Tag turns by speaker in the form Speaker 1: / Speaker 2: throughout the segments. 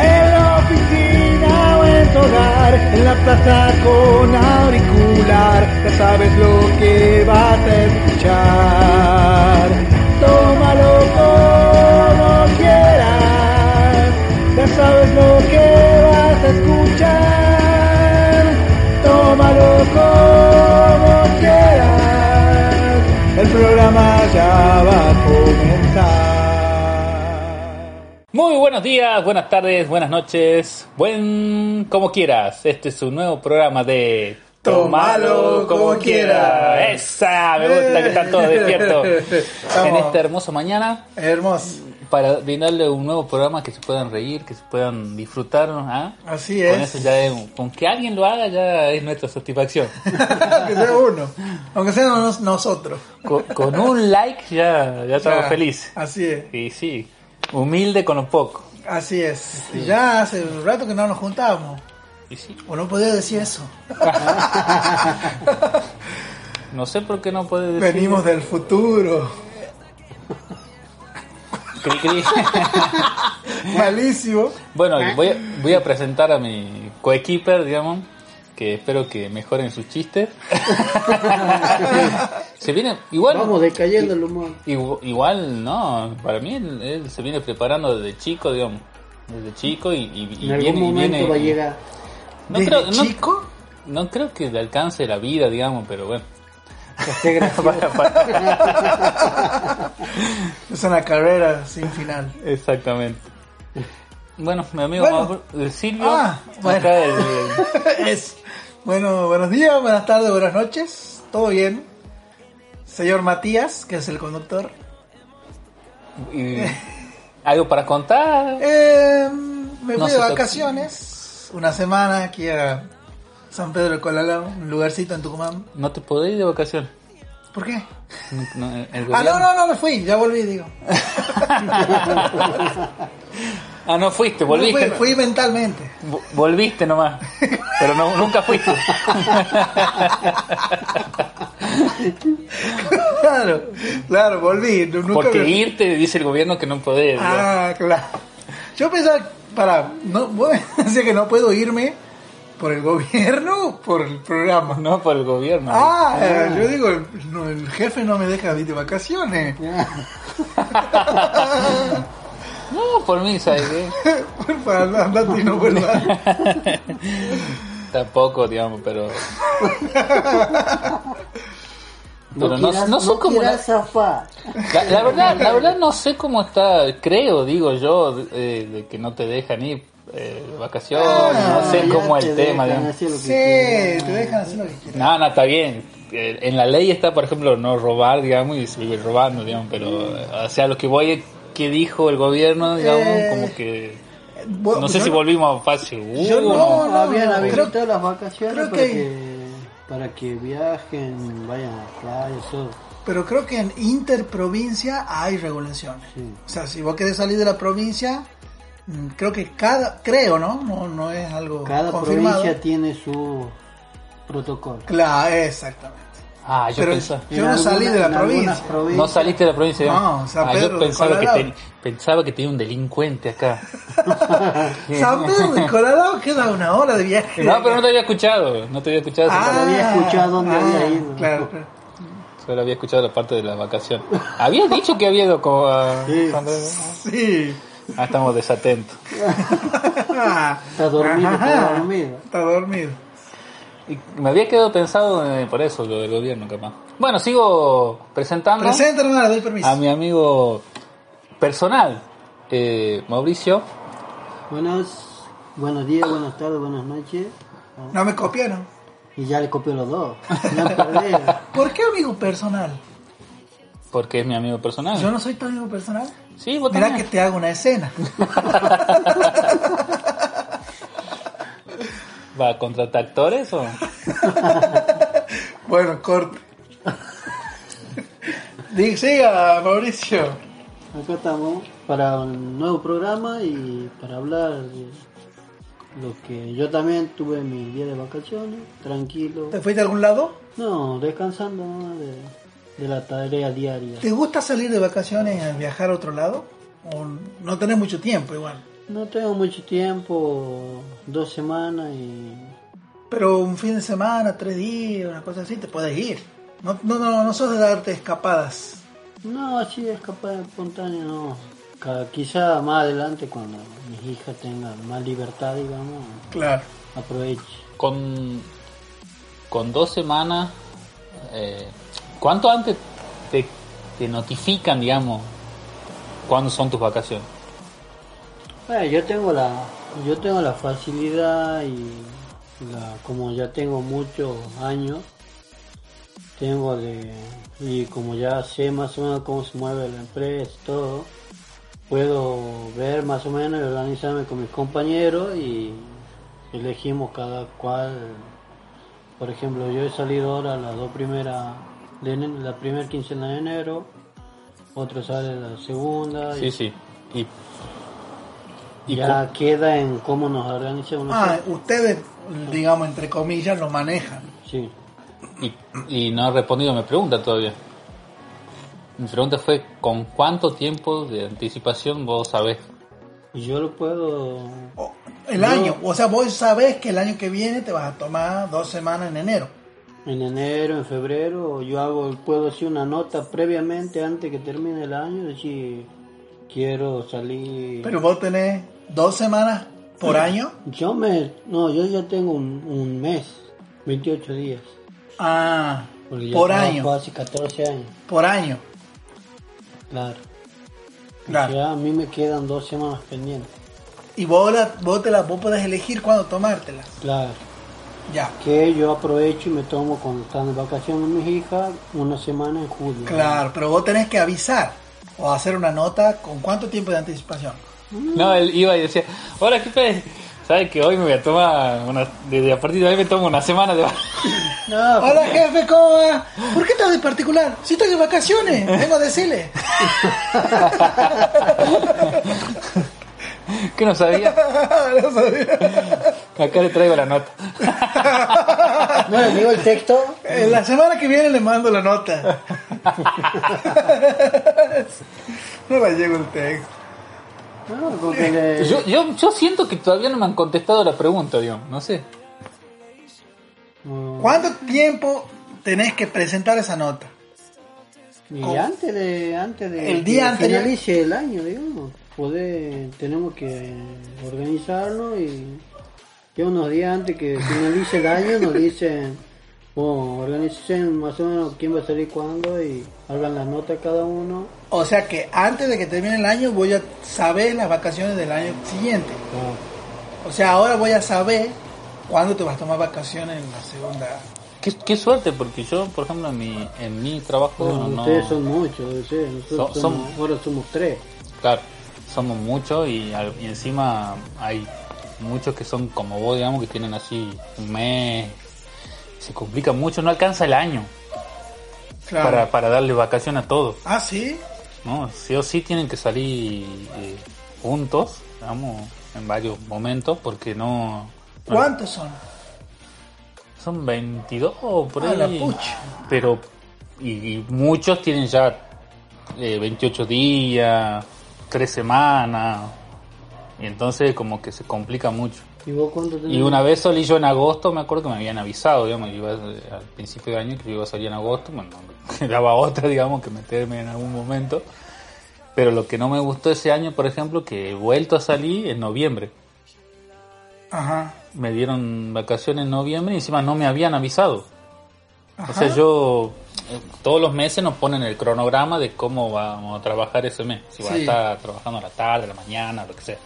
Speaker 1: En la oficina o en tu hogar, en la plaza con auricular, ya sabes lo que vas a escuchar. Tómalo como quieras, ya sabes lo que vas a escuchar tómalo como quieras, el programa ya va a comenzar.
Speaker 2: Muy buenos días, buenas tardes, buenas noches, buen como quieras. Este es un nuevo programa de
Speaker 1: Tómalo como quieras.
Speaker 2: Esa, me gusta que están todos despiertos en
Speaker 1: Estamos.
Speaker 2: esta hermosa mañana
Speaker 1: Hermoso,
Speaker 2: para brindarle un nuevo programa que se puedan reír, que se puedan disfrutar. ¿ah?
Speaker 1: así
Speaker 2: Con eso
Speaker 1: es,
Speaker 2: ya es, un- con que alguien lo haga ya es nuestra satisfacción.
Speaker 1: aunque sea uno, aunque sea nos- nosotros.
Speaker 2: Con, con un like ya, ya estamos
Speaker 1: Ya,
Speaker 2: felices.
Speaker 1: Así es,
Speaker 2: Y sí, humilde con lo poco.
Speaker 1: así es. Y Ya hace un rato que no nos juntábamos,
Speaker 2: Y sí,
Speaker 1: o no podía decir eso.
Speaker 2: no sé por qué no puede decir.
Speaker 1: Venimos del futuro,
Speaker 2: Cri, cri.
Speaker 1: malísimo.
Speaker 2: Bueno, voy a, voy a presentar a mi coequiper, digamos, que espero que mejoren sus chistes. se viene, igual,
Speaker 3: Vamos decayendo el humor.
Speaker 2: igu- igual, no, para mí él, él se viene preparando desde chico, digamos, desde chico y, y- y
Speaker 3: En algún
Speaker 2: viene, y
Speaker 3: momento
Speaker 2: viene-
Speaker 3: va a llegar.
Speaker 2: No
Speaker 1: ¿Desde
Speaker 2: creo, no-
Speaker 1: chico?
Speaker 2: no creo que le alcance la vida, digamos, pero bueno.
Speaker 3: Qué gracioso.
Speaker 1: Es una carrera sin final.
Speaker 2: Exactamente. Bueno, mi amigo
Speaker 1: Bueno.
Speaker 2: Mauro- Silvio,
Speaker 1: Ah, bueno.
Speaker 2: acá el-
Speaker 1: es. Bueno, buenos días, buenas tardes, buenas noches. ¿Todo bien? Señor Matías, que es el conductor.
Speaker 2: y- algo para contar.
Speaker 1: Eh, me
Speaker 2: No
Speaker 1: fui
Speaker 2: se
Speaker 1: de
Speaker 2: toque.
Speaker 1: vacaciones una semana aquí a San Pedro de Colalá, un lugarcito en Tucumán.
Speaker 2: No te podés ir de vacación.
Speaker 1: ¿Por qué?
Speaker 2: No, el
Speaker 1: Ah, no,
Speaker 2: gobierno-
Speaker 1: no, no, me fui, ya volví, digo.
Speaker 2: Ah, no fuiste,
Speaker 1: Me
Speaker 2: volviste.
Speaker 1: Fui, fui mentalmente.
Speaker 2: Vo- Volviste nomás. Pero no, nunca fuiste.
Speaker 1: Claro, claro, volví. nu- Nunca
Speaker 2: Porque
Speaker 1: me-
Speaker 2: irte dice el gobierno que no podés. digamos.
Speaker 1: Ah, claro. Yo pensaba, para, no, vos me decías que no puedo irme por el gobierno o por el programa.
Speaker 2: No por el gobierno.
Speaker 1: Ah, eh, yo digo, el- no, el jefe no me deja ir de vacaciones.
Speaker 2: No, por mí, ¿sabes qué?
Speaker 1: Para andar y no volver.
Speaker 2: Tampoco, digamos, pero.
Speaker 3: No,
Speaker 2: Pero no,
Speaker 3: quieras,
Speaker 2: no sé
Speaker 3: no
Speaker 2: cómo.
Speaker 3: quieras zafar.
Speaker 2: La, la verdad, la verdad no sé cómo está, creo, digo yo, eh, de que no te dejan ir eh, de vacaciones, no sé
Speaker 3: Ah, Ya
Speaker 2: cómo es
Speaker 3: te
Speaker 2: el tema.
Speaker 3: dejan
Speaker 2: digamos.
Speaker 3: hacer lo que
Speaker 1: Sí,
Speaker 3: quieras.
Speaker 1: te dejan hacer lo que quieras.
Speaker 2: No, no, está bien. Eh, En la ley está, por ejemplo, no robar, digamos, y se vive robando, digamos, pero, eh, o sea, lo que voy, es que dijo el gobierno, digamos,
Speaker 1: Eh,
Speaker 2: como que,
Speaker 1: Vos-
Speaker 2: no sé
Speaker 1: yo
Speaker 2: si volvimos a fase
Speaker 1: Yo no.
Speaker 2: uno.
Speaker 3: Habían
Speaker 1: no,
Speaker 3: habilitado
Speaker 1: creo-
Speaker 3: las vacaciones
Speaker 1: creo
Speaker 3: para
Speaker 1: que-
Speaker 3: que... para que viajen, vayan a la playa, todo.
Speaker 1: Pero creo que en interprovincia hay regulaciones.
Speaker 3: Sí.
Speaker 1: O sea, si vos querés salir de la provincia, mm, creo que cada, creo, ¿no? No, no es algo
Speaker 3: Cada
Speaker 1: confirmado.
Speaker 3: provincia tiene su protocolo.
Speaker 1: Claro, exactamente.
Speaker 2: Ah, yo
Speaker 1: Pero
Speaker 2: pensaba,
Speaker 1: Yo no salí de la
Speaker 3: en algunas
Speaker 1: provincia.
Speaker 2: no saliste de la provincia, digamos.
Speaker 1: No, o sea,
Speaker 2: Ah,
Speaker 1: Pedro
Speaker 2: yo
Speaker 1: de
Speaker 2: pensaba que,
Speaker 1: Colorado.
Speaker 2: ten- pensaba que tenía un delincuente acá.
Speaker 1: San Pedro de Colorado queda una hora de viaje. Ah,
Speaker 2: No, pero no te había escuchado, no te había escuchado,
Speaker 3: pero había escuchado dónde había ido.
Speaker 1: Claro, claro.
Speaker 2: solo había escuchado la parte de la vacación. Habías dicho que había ido como a...
Speaker 3: Sí.
Speaker 2: San Pedro?
Speaker 1: Sí.
Speaker 2: Ah, estamos desatentos.
Speaker 3: Está dormido, está
Speaker 1: Ajá.
Speaker 3: dormido.
Speaker 1: Está dormido.
Speaker 2: Y me había quedado pensado eh, por eso, lo del gobierno, capaz. Bueno, sigo presentando
Speaker 1: Presenta hermana, doy permiso.
Speaker 2: a Ah, mi amigo personal, eh, Mauricio.
Speaker 3: Buenos, buenos días, buenas tardes, buenas noches.
Speaker 1: No me copiaron.
Speaker 3: Y ya le copió los dos. No perder.
Speaker 1: ¿Por qué amigo personal?
Speaker 2: Porque es mi amigo personal.
Speaker 1: Yo no soy tu amigo personal.
Speaker 2: Sí, vos
Speaker 1: Mirá que
Speaker 2: también.
Speaker 1: te hago una escena.
Speaker 2: ¿Va a contratar actores o...?
Speaker 1: Bueno, corte. Di- Siga, Mauricio.
Speaker 3: Acá estamos para un nuevo programa y para hablar de lo que yo también tuve mi día de vacaciones, tranquilo.
Speaker 1: ¿Te fuiste a algún lado?
Speaker 3: No, descansando ¿no? de, de la tarea diaria.
Speaker 1: ¿Te gusta salir de vacaciones a viajar a otro lado? ¿O no tenés mucho tiempo igual?
Speaker 3: No tengo mucho tiempo, dos semanas y...
Speaker 1: Pero un fin de semana, tres días, una cosa así, te puedes ir. No, no, no, no sos de darte escapadas.
Speaker 3: No, así es capaz de espontáneo, no. Ca- Quizá más adelante cuando mis hijas tengan más libertad, digamos,
Speaker 1: Claro.
Speaker 3: aproveche.
Speaker 2: Con, con dos semanas, eh, ¿cuánto antes te, te notifican, digamos, cuándo son tus vacaciones?
Speaker 3: Bueno, yo tengo la, yo tengo la facilidad y la, como ya tengo muchos años, tengo de, y como ya sé más o menos cómo se mueve la empresa y todo, puedo ver más o menos y organizarme con mis compañeros y elegimos cada cual. Por ejemplo, yo he salido ahora las dos primeras, de ene- la primera quincena de enero, otro sale la segunda
Speaker 2: Sí,
Speaker 3: y
Speaker 2: sí. Y, y
Speaker 3: ya queda en cómo nos organizamos
Speaker 1: Ah, ustedes, digamos, entre comillas, lo manejan.
Speaker 3: Sí.
Speaker 2: Y, y no ha respondido mi pregunta todavía. Mi pregunta fue, ¿con cuánto tiempo de anticipación vos sabés?
Speaker 3: Yo lo puedo...
Speaker 1: O- el año. O sea, vos sabés que el año que viene te vas a tomar dos semanas en enero.
Speaker 3: En enero, en febrero, yo hago, puedo hacer una nota previamente antes que termine el año, decir, quiero salir...
Speaker 1: Pero vos tenés dos semanas por año.
Speaker 3: Yo me... No, yo ya tengo un, un mes, 28 días.
Speaker 1: Ah,
Speaker 3: porque ya
Speaker 1: por
Speaker 3: trabajo
Speaker 1: año.
Speaker 3: Hace 14 años,
Speaker 1: Por año.
Speaker 3: claro.
Speaker 1: Claro.
Speaker 3: Ya a mí me quedan dos semanas pendientes.
Speaker 1: Y vos, la, vos, te la, vos podés elegir cuándo tomártelas.
Speaker 3: Claro.
Speaker 1: Ya.
Speaker 3: Que yo aprovecho y me tomo cuando están de vacaciones mis hijas una semana en julio.
Speaker 1: Claro, pero vos tenés que avisar o hacer una nota con cuánto tiempo de anticipación.
Speaker 2: No, él iba y decía, hola jefe, ¿sabes que hoy me voy a tomar una... Desde a partir de hoy me tomo una semana de...
Speaker 3: No,
Speaker 1: Hola jefe, ¿cómo va? ¿Por qué estás de particular? Si estoy de vacaciones, vengo a decirle.
Speaker 2: que no sabía.
Speaker 1: No sabía.
Speaker 2: Acá le traigo la nota.
Speaker 3: No le digo el texto.
Speaker 1: Eh, La semana que viene le mando la nota. No la llego el texto.
Speaker 3: No, porque le-
Speaker 2: Yo, yo, yo siento que todavía no me han contestado la pregunta, digamos, no sé.
Speaker 3: Mm,
Speaker 1: ¿Cuánto tiempo tenés que presentar esa nota?
Speaker 3: Y antes de, antes de
Speaker 1: El día
Speaker 3: que
Speaker 1: anterior.
Speaker 3: finalice el año, digamos, poder, tenemos que organizarlo y ya unos días antes que finalice el año nos dicen, bueno, organicen más o menos quién va a salir cuándo y hagan la nota cada uno.
Speaker 1: O sea que antes de que termine el año voy a saber las vacaciones del año siguiente. O sea, ahora voy a saber cuándo te vas a tomar vacaciones en la segunda.
Speaker 2: Qué, qué suerte, porque yo, por ejemplo, en mi, en mi trabajo
Speaker 3: Bueno,
Speaker 2: no...
Speaker 3: ustedes son muchos, ustedes, nosotros
Speaker 2: Son-
Speaker 3: somos- ahora somos tres.
Speaker 2: Claro, somos muchos y, al- y encima hay muchos que son como vos, digamos, que tienen así un mes. Se complica mucho, no alcanza el año
Speaker 1: Claro.
Speaker 2: para, para darle vacación a todos,
Speaker 1: Ah, sí.
Speaker 2: ¿no? Sí o sí tienen que salir eh, juntos, digamos, en varios momentos, porque no... no-
Speaker 1: ¿Cuántos son?
Speaker 2: Son 22 por
Speaker 1: Ah,
Speaker 2: ahí.
Speaker 1: la pucha.
Speaker 2: Pero, y, y muchos tienen ya eh, 28 días, 3 semanas. Y entonces como que se complica mucho.
Speaker 3: ¿Y vos cuánto tenés?
Speaker 2: Y una vez solí yo en agosto, me acuerdo que me habían avisado, digamos, yo iba eh, al principio de año que yo iba a salir en agosto, bueno, me quedaba otra, digamos, que meterme en algún momento. Pero lo que no me gustó ese año, por ejemplo, que he vuelto a salir en noviembre.
Speaker 1: Ajá.
Speaker 2: Me dieron vacaciones en noviembre y encima no me habían avisado.
Speaker 1: ajá.
Speaker 2: O sea, yo eh, todos los meses nos ponen el cronograma de cómo vamos a trabajar ese mes. Si vas a
Speaker 1: Sí.
Speaker 2: estar trabajando a la tarde, a la mañana, lo que sea.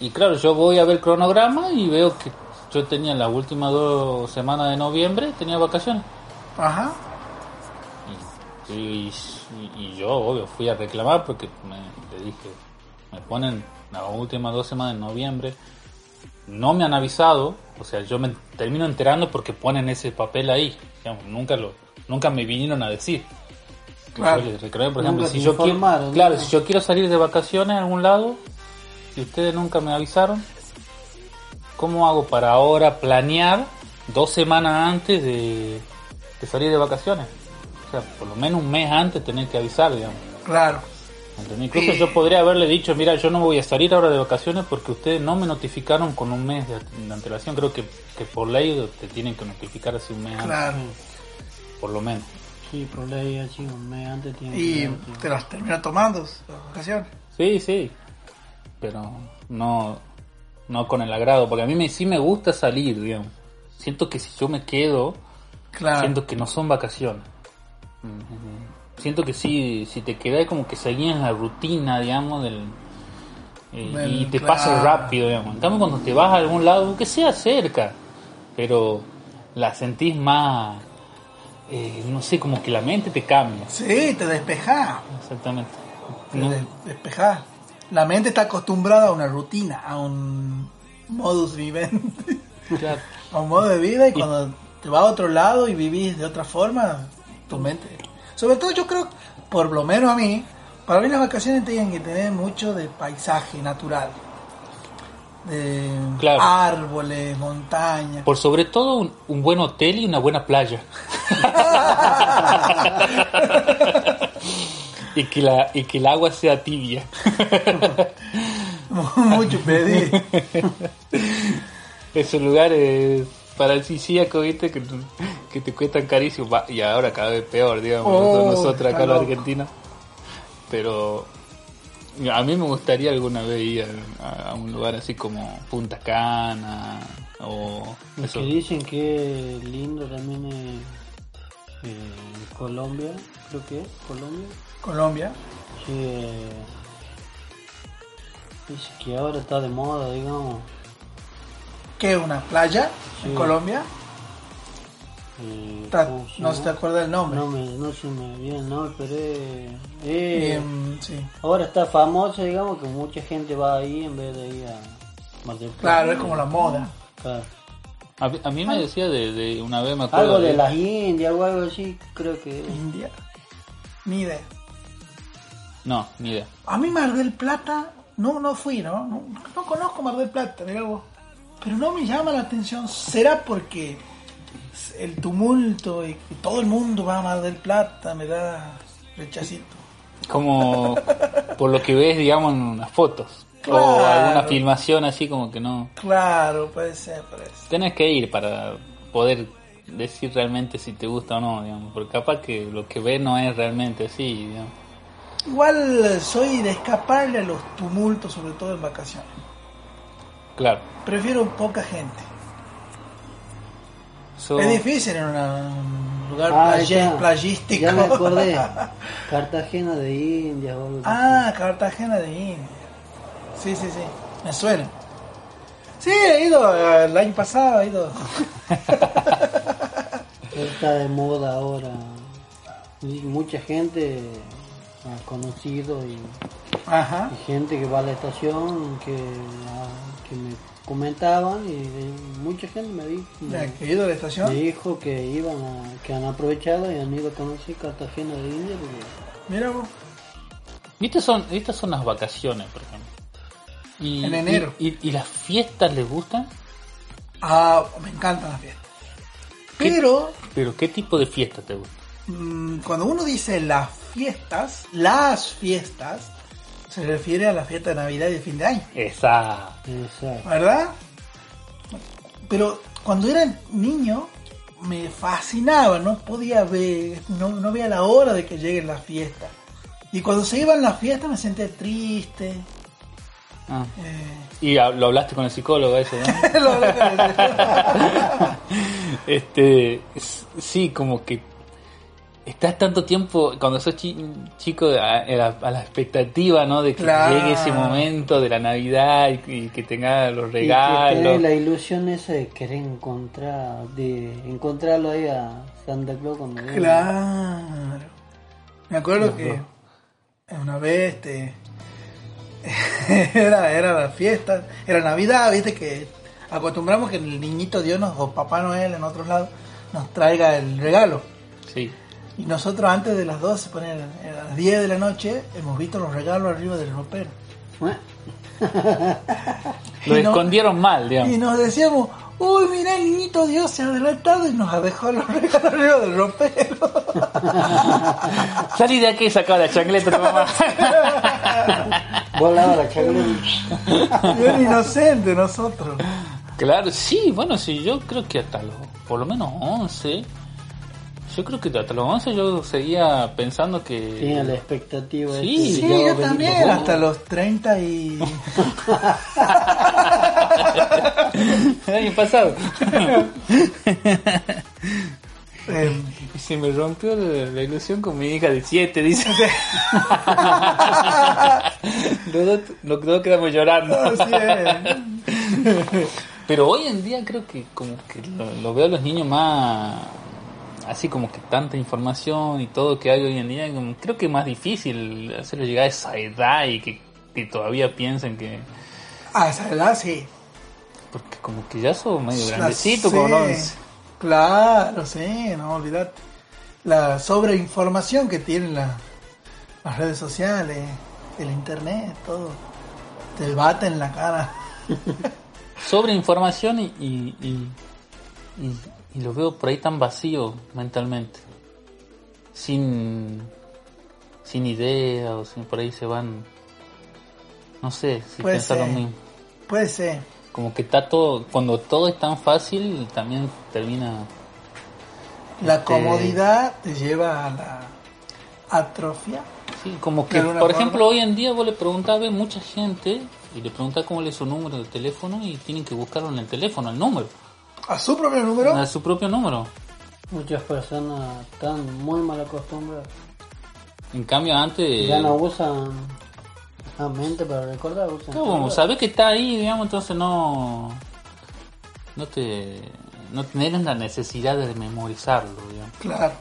Speaker 2: Y claro, yo voy a ver el cronograma y veo que yo tenía las últimas dos semanas de noviembre, tenía vacaciones.
Speaker 1: Ajá.
Speaker 2: Y, y- y- y yo, obvio, fui a reclamar porque me, le dije, me ponen las últimas dos semanas de noviembre, no me han avisado, o sea, yo me termino enterando porque ponen ese papel ahí, digamos, nunca lo, nunca me vinieron a decir.
Speaker 1: Claro.
Speaker 2: Yo les reclamé, por ejemplo,
Speaker 3: Nunca
Speaker 2: si
Speaker 3: te
Speaker 2: yo quiero,
Speaker 3: informaron,
Speaker 2: claro,
Speaker 3: ¿no?
Speaker 2: si yo quiero salir de vacaciones a algún lado y ustedes nunca me avisaron, ¿cómo hago para ahora planear dos semanas antes de, de salir de vacaciones? O sea, por lo menos un mes antes tener que avisar, digamos.
Speaker 1: Claro.
Speaker 2: ¿Entendés? Incluso
Speaker 1: Sí.
Speaker 2: yo podría haberle dicho, mira, yo no voy a salir ahora de vacaciones porque ustedes no me notificaron con un mes de, de antelación. Creo que, que por ley te tienen que notificar así un mes
Speaker 1: Claro.
Speaker 2: antes, por lo menos.
Speaker 3: Sí, por ley así un mes antes tiene
Speaker 1: Y
Speaker 3: que darte.
Speaker 1: te las termina tomando las vacaciones.
Speaker 2: Sí, sí, pero no, no con el agrado, porque a mí me, sí me gusta salir, digamos. Siento que si yo me quedo,
Speaker 1: Claro.
Speaker 2: siento que no son vacaciones. Siento que sí, si te quedas como que seguías la rutina, digamos, del, eh,
Speaker 1: Del-
Speaker 2: y te
Speaker 1: claro.
Speaker 2: pasa rápido, digamos. En cambio, cuando te vas a algún lado, aunque sea cerca, pero la sentís más, eh, no sé, como que la mente te cambia.
Speaker 1: Sí, te despejás.
Speaker 2: Exactamente.
Speaker 1: Te
Speaker 2: No,
Speaker 1: de- despejás. La mente está acostumbrada a una rutina, a un modus vivendi,
Speaker 2: claro.
Speaker 1: a un modo de vida y cuando te vas a otro lado y vivís de otra forma, tu mente. Sobre todo yo creo, por lo menos a mí, para mí las vacaciones tienen que tener mucho de paisaje natural. De
Speaker 2: Claro.
Speaker 1: árboles, montañas.
Speaker 2: Por sobre todo un, un buen hotel y una buena playa. y, que la, y que el agua sea tibia.
Speaker 1: mucho pedí.
Speaker 2: Esos lugares paradisíacos, viste, que, que te cuestan carísimo. Va, Y ahora cada vez peor, digamos,
Speaker 1: Oh,
Speaker 2: nosotros, nosotros acá
Speaker 1: está
Speaker 2: en la
Speaker 1: loco.
Speaker 2: Argentina. Pero a mí me gustaría alguna vez ir a, a un lugar así como Punta Cana o
Speaker 3: Y
Speaker 2: eso.
Speaker 3: que dicen que lindo también es eh, Colombia, creo que es Colombia.
Speaker 1: Colombia.
Speaker 3: Que dice que ahora está de moda, digamos.
Speaker 1: que una playa en
Speaker 3: Sí.
Speaker 1: Colombia.
Speaker 3: eh,
Speaker 1: Ta-
Speaker 3: ¿cómo se
Speaker 1: no se te
Speaker 3: llama?
Speaker 1: acuerda el nombre.
Speaker 3: No, me, no se me viene el nombre, pero es- es-
Speaker 1: Em, sí.
Speaker 3: ahora está famoso, digamos, que mucha gente va ahí en vez de ir a Mar del Plata.
Speaker 1: Claro, es como la moda.
Speaker 3: Claro.
Speaker 2: A, mí- a mí me decía de, de una vez, me acuerdo.
Speaker 3: Algo de
Speaker 2: de-
Speaker 3: las Indias o algo así, creo que... es.
Speaker 1: India. Ni idea.
Speaker 2: No, ni idea.
Speaker 1: A mí Mar del Plata, no, no fui, ¿no? No, no conozco Mar del Plata, mirá vos. Pero no me llama la atención. ¿Será porque el tumulto y que todo el mundo va a Mar del Plata? Me da rechacito.
Speaker 2: Como por lo que ves, digamos, en unas fotos. O
Speaker 1: Claro.
Speaker 2: alguna filmación así como que no.
Speaker 1: Claro, puede ser, parece.
Speaker 2: Tenés que ir para poder decir realmente si te gusta o no, digamos. Porque capaz que lo que ves no es realmente así, digamos.
Speaker 1: Igual eh, soy de escaparle a los tumultos, sobre todo en vacaciones.
Speaker 2: Claro.
Speaker 1: Prefiero poca gente.
Speaker 2: So-
Speaker 1: Es difícil en una- un lugar
Speaker 3: Ah,
Speaker 1: playi-
Speaker 3: ya.
Speaker 1: playístico.
Speaker 3: Ya me acordé. Cartagena de Indias o algo así.
Speaker 1: ah, Cartagena de India. Sí, sí, sí. Me suena. Sí, he ido eh, el año pasado, he ido.
Speaker 3: Está de moda ahora. Y mucha gente ha conocido y,
Speaker 1: Ajá.
Speaker 3: y gente que va a la estación que, ah, que me comentaban y de- mucha gente me, di-
Speaker 1: Ya
Speaker 3: me,
Speaker 1: que he ido a la
Speaker 3: me
Speaker 1: estación.
Speaker 3: dijo que iban a- que han aprovechado y han ido a conocer Cartagena de Indias porque
Speaker 1: Mira vos.
Speaker 2: Estas son, estas son las vacaciones, por ejemplo. Y,
Speaker 1: En enero.
Speaker 2: Y, y- y las fiestas les gustan?
Speaker 1: Ah, me encantan las fiestas. Pero
Speaker 2: ¿Pero qué tipo de fiesta te gusta?
Speaker 1: mm, cuando uno dice las fiestas, las fiestas, se refiere a la fiesta de Navidad y de fin de año.
Speaker 2: Esa.
Speaker 3: exacto.
Speaker 1: ¿verdad? Pero cuando era niño me fascinaba, no podía ver, no, no veía la hora de que lleguen las fiestas. Y cuando se iban las fiestas me sentía triste.
Speaker 2: Ah.
Speaker 1: eh,
Speaker 2: Y ah, lo hablaste con el psicólogo eso, ¿no?
Speaker 1: lo hablé con el-
Speaker 2: este s- sí como que estás tanto tiempo cuando sos chi- chico a, a la, a la expectativa no de que
Speaker 1: Claro.
Speaker 2: llegue ese momento de la navidad y, y que tenga los
Speaker 3: Y que tenés la
Speaker 2: regalos
Speaker 3: ilusión esa de querer encontrar, de encontrarlo ahí a Santa Claus cuando venga.
Speaker 1: claro. Me acuerdo que una vez este, era, era la fiesta, era Navidad, viste que acostumbramos que el niñito Dios nos, o Papá Noel en otros lados nos traiga el regalo.
Speaker 2: Sí.
Speaker 1: Y nosotros antes de las 12, poner, a las 10 de la noche, hemos visto los regalos arriba del ropero.
Speaker 3: ¿Eh?
Speaker 2: Lo
Speaker 1: Y no-
Speaker 2: escondieron mal, digamos.
Speaker 1: Y nos decíamos, uy, mirá, el niñito Dios se ha adelantado y nos dejó los regalos arriba del ropero.
Speaker 2: Salí de aquí y sacaba la chancleta, mamá.
Speaker 3: Volaba la chancleta.
Speaker 1: Y era inocente nosotros.
Speaker 2: Claro, sí, bueno, sí, yo creo que hasta los, por lo menos 11, yo creo que hasta los 11 yo seguía pensando
Speaker 3: Tenía la
Speaker 2: que...
Speaker 3: expectativa.
Speaker 2: Sí.
Speaker 3: de que
Speaker 1: Sí, yo
Speaker 3: llegaba Benito
Speaker 1: también,
Speaker 3: Juárez.
Speaker 1: hasta los 30 y...
Speaker 2: El año pasado.
Speaker 1: eh,
Speaker 2: Y se me rompió la, la ilusión con mi hija de 7, dice. los, dos, los dos quedamos llorando.
Speaker 1: así es.
Speaker 2: Pero hoy en día creo que como que lo, lo veo a los niños más así como que tanta información y todo que hay hoy en día, como- creo que es más difícil hacerlo llegar a esa edad y que, que todavía piensen que
Speaker 1: A esa edad sí.
Speaker 2: porque como que ya son medio
Speaker 1: La-
Speaker 2: grandecito
Speaker 1: sí.
Speaker 2: como los-
Speaker 1: Claro, sí, no olvidar la sobreinformación que tienen la- las redes sociales, el internet, todo. Te bate en la cara.
Speaker 2: sobre información y, y, y, y- y lo veo por ahí tan vacío mentalmente. Sin, sin idea o sin, por ahí se van, no sé si
Speaker 1: Puede
Speaker 2: piensan lo
Speaker 1: ser.
Speaker 2: mismo.
Speaker 1: Puede ser.
Speaker 2: Como que está todo, cuando todo es tan fácil también termina...
Speaker 1: La
Speaker 2: Este-
Speaker 1: comodidad te lleva a la atrofia.
Speaker 2: Sí, como
Speaker 1: De
Speaker 2: que,
Speaker 1: alguna
Speaker 2: por
Speaker 1: forma.
Speaker 2: ejemplo, hoy en día vos le preguntás a mucha gente y le preguntás cómo le es su número de teléfono y tienen que buscarlo en el teléfono, el número,
Speaker 1: A su propio número.
Speaker 2: a su propio número.
Speaker 3: Muchas personas están muy mal acostumbradas.
Speaker 2: En cambio, antes...
Speaker 3: Ya no usan la mente para recordar. Usan
Speaker 2: Como
Speaker 3: celular.
Speaker 2: sabes que está ahí, digamos, entonces no. No te. No tienes la necesidad de memorizarlo, digamos.
Speaker 1: Claro.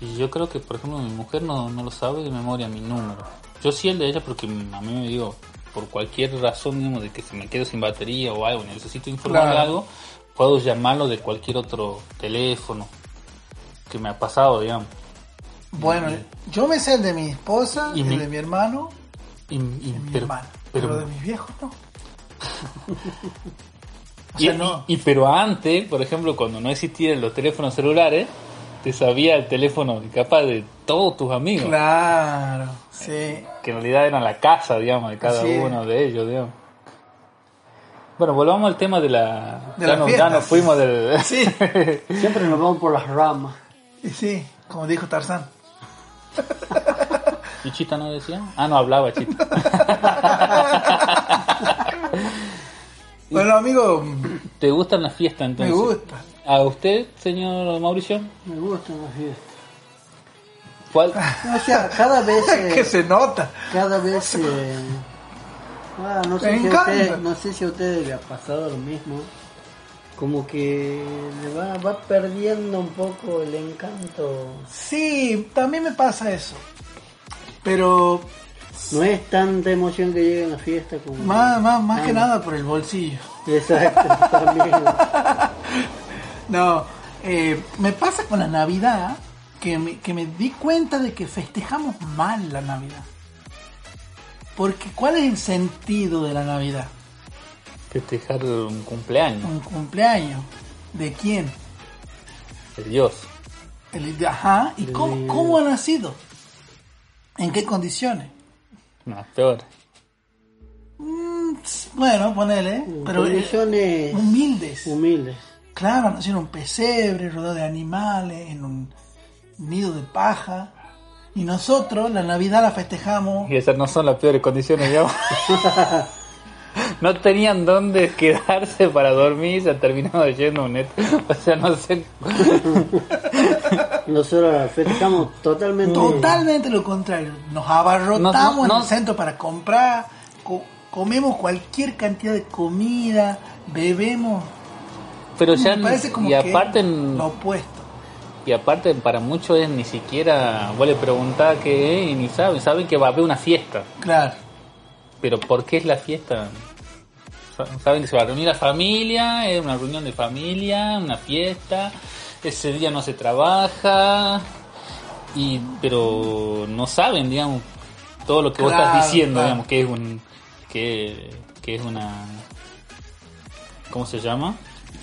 Speaker 2: Y yo creo que, por ejemplo, mi mujer no, no lo sabe de memoria mi número. Yo sí el de ella porque a mí me digo, por cualquier razón, digamos, de que se me quedo sin batería o algo, necesito informar
Speaker 1: Claro.
Speaker 2: algo, puedo llamarlo de cualquier otro teléfono que me ha pasado, digamos.
Speaker 1: Bueno, yo me sé el de mi esposa,
Speaker 2: Y
Speaker 1: el
Speaker 2: mi-
Speaker 1: de mi hermano,
Speaker 2: Y, y-
Speaker 1: mi
Speaker 2: pero,
Speaker 1: hermana. Pero,
Speaker 2: pero-
Speaker 1: de mis viejos no. o
Speaker 2: Y,
Speaker 1: sea, no.
Speaker 2: y- y pero antes, por ejemplo, cuando no existían los teléfonos celulares, te sabía el teléfono capaz de todos tus amigos,
Speaker 1: Claro, sí.
Speaker 2: que en realidad eran la casa, digamos, de cada
Speaker 1: Así es.
Speaker 2: uno de ellos, digamos. Bueno, volvamos al tema de la...
Speaker 1: De
Speaker 2: ya,
Speaker 1: las
Speaker 2: nos, ya
Speaker 1: fiestas.
Speaker 2: nos fuimos del...
Speaker 1: Sí,
Speaker 3: Siempre nos vamos por las ramas.
Speaker 1: y sí, como dijo Tarzán.
Speaker 2: ¿Y Chita no decía? Ah, no, hablaba Chita.
Speaker 1: Bueno, amigo,
Speaker 2: ¿Te gustan las fiestas
Speaker 1: me
Speaker 2: entonces?
Speaker 1: gusta.
Speaker 2: ¿A usted, señor Mauricio?
Speaker 3: Me gustan las fiestas.
Speaker 2: ¿Cuál?
Speaker 3: O sea, cada vez... eh,
Speaker 1: que se nota.
Speaker 3: cada vez eh, ah, no, sé
Speaker 1: Me
Speaker 3: si a
Speaker 1: encanta.
Speaker 3: ustedes, no sé si a ustedes les ha pasado lo mismo como que le va, va perdiendo un poco el encanto
Speaker 1: Sí, también me pasa eso. Pero
Speaker 3: no es tanta emoción que llega en la fiesta como
Speaker 1: más, más, más que
Speaker 3: Ah,
Speaker 1: nada por el bolsillo.
Speaker 3: exacto también
Speaker 1: No, eh, me pasa con la Navidad que me, que me di cuenta de que festejamos mal la Navidad. Porque ¿cuál es el sentido de la Navidad?
Speaker 2: Festejar un cumpleaños,
Speaker 1: Un cumpleaños. ¿De quién?
Speaker 2: el Dios.
Speaker 1: El- ajá. ¿Y cómo, cómo ha nacido? ¿En qué condiciones?
Speaker 2: No, peor.
Speaker 1: Mm, ps, bueno, ponele, pero eh,
Speaker 3: condiciones
Speaker 1: humildes.
Speaker 3: humildes
Speaker 1: Claro, nació en un pesebre, rodeado de animales, en un nido de paja. Y nosotros la Navidad la festejamos.
Speaker 2: Y esas no son las peores condiciones, digamos. no tenían dónde quedarse para dormir y se han terminado yendo a un net. O sea, no sé.
Speaker 3: nosotros festejamos totalmente
Speaker 1: Totalmente lo contrario. Nos abarrotamos
Speaker 2: No, no,
Speaker 1: en
Speaker 2: no.
Speaker 1: el centro para comprar, co- comemos cualquier cantidad de comida, bebemos.
Speaker 2: Pero ya.
Speaker 1: Me parece como
Speaker 2: y
Speaker 1: que
Speaker 2: aparte.
Speaker 1: lo opuesto.
Speaker 2: Y aparte, para muchos es ni siquiera. Vos le preguntás qué es y ni saben. Saben que va a haber una fiesta.
Speaker 1: Claro.
Speaker 2: Pero ¿por qué es la fiesta? saben que se va a reunir la familia, es una reunión de familia, una fiesta, ese día no se trabaja, y pero no saben, digamos, todo lo que vos
Speaker 1: Claro,
Speaker 2: estás diciendo,
Speaker 1: claro.
Speaker 2: digamos, que es un que, que es una ¿cómo se llama?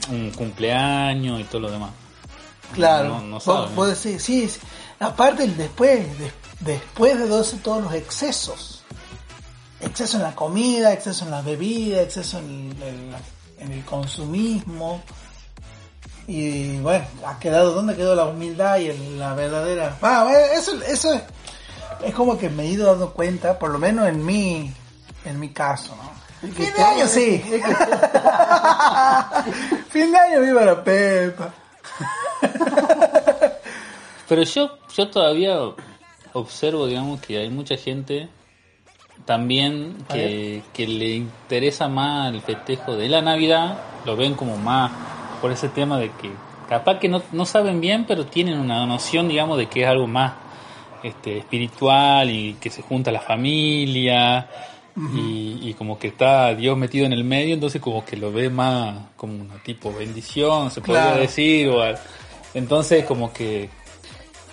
Speaker 2: Un cumpleaños y todo lo demás.
Speaker 1: Claro,
Speaker 2: No- no
Speaker 1: vos-
Speaker 2: saben.
Speaker 1: vos decís, sí, sí. aparte el después, des- después de todo eso, todos los excesos. Exceso en la comida, exceso en la bebida, exceso en el, en la- en el consumismo. Y bueno, ha quedado, ¿dónde quedó la humildad y el- la verdadera? Ah, bueno, eso, eso es, es como que me he ido dando cuenta, por lo menos en mi, en mi caso, ¿no? Fin de año sí. fin de año viva la Pepa.
Speaker 2: Pero yo, yo todavía observo, digamos, que hay mucha gente también que, que le interesa más el festejo de la Navidad, lo ven como más por ese tema de que capaz que no, no saben bien, pero tienen una noción, digamos, de que es algo más este, espiritual y que se junta la familia. Y, y como que está Dios metido en el medio, entonces como que lo ve más como una tipo bendición, se podría
Speaker 1: Claro.
Speaker 2: decir. O al- entonces como que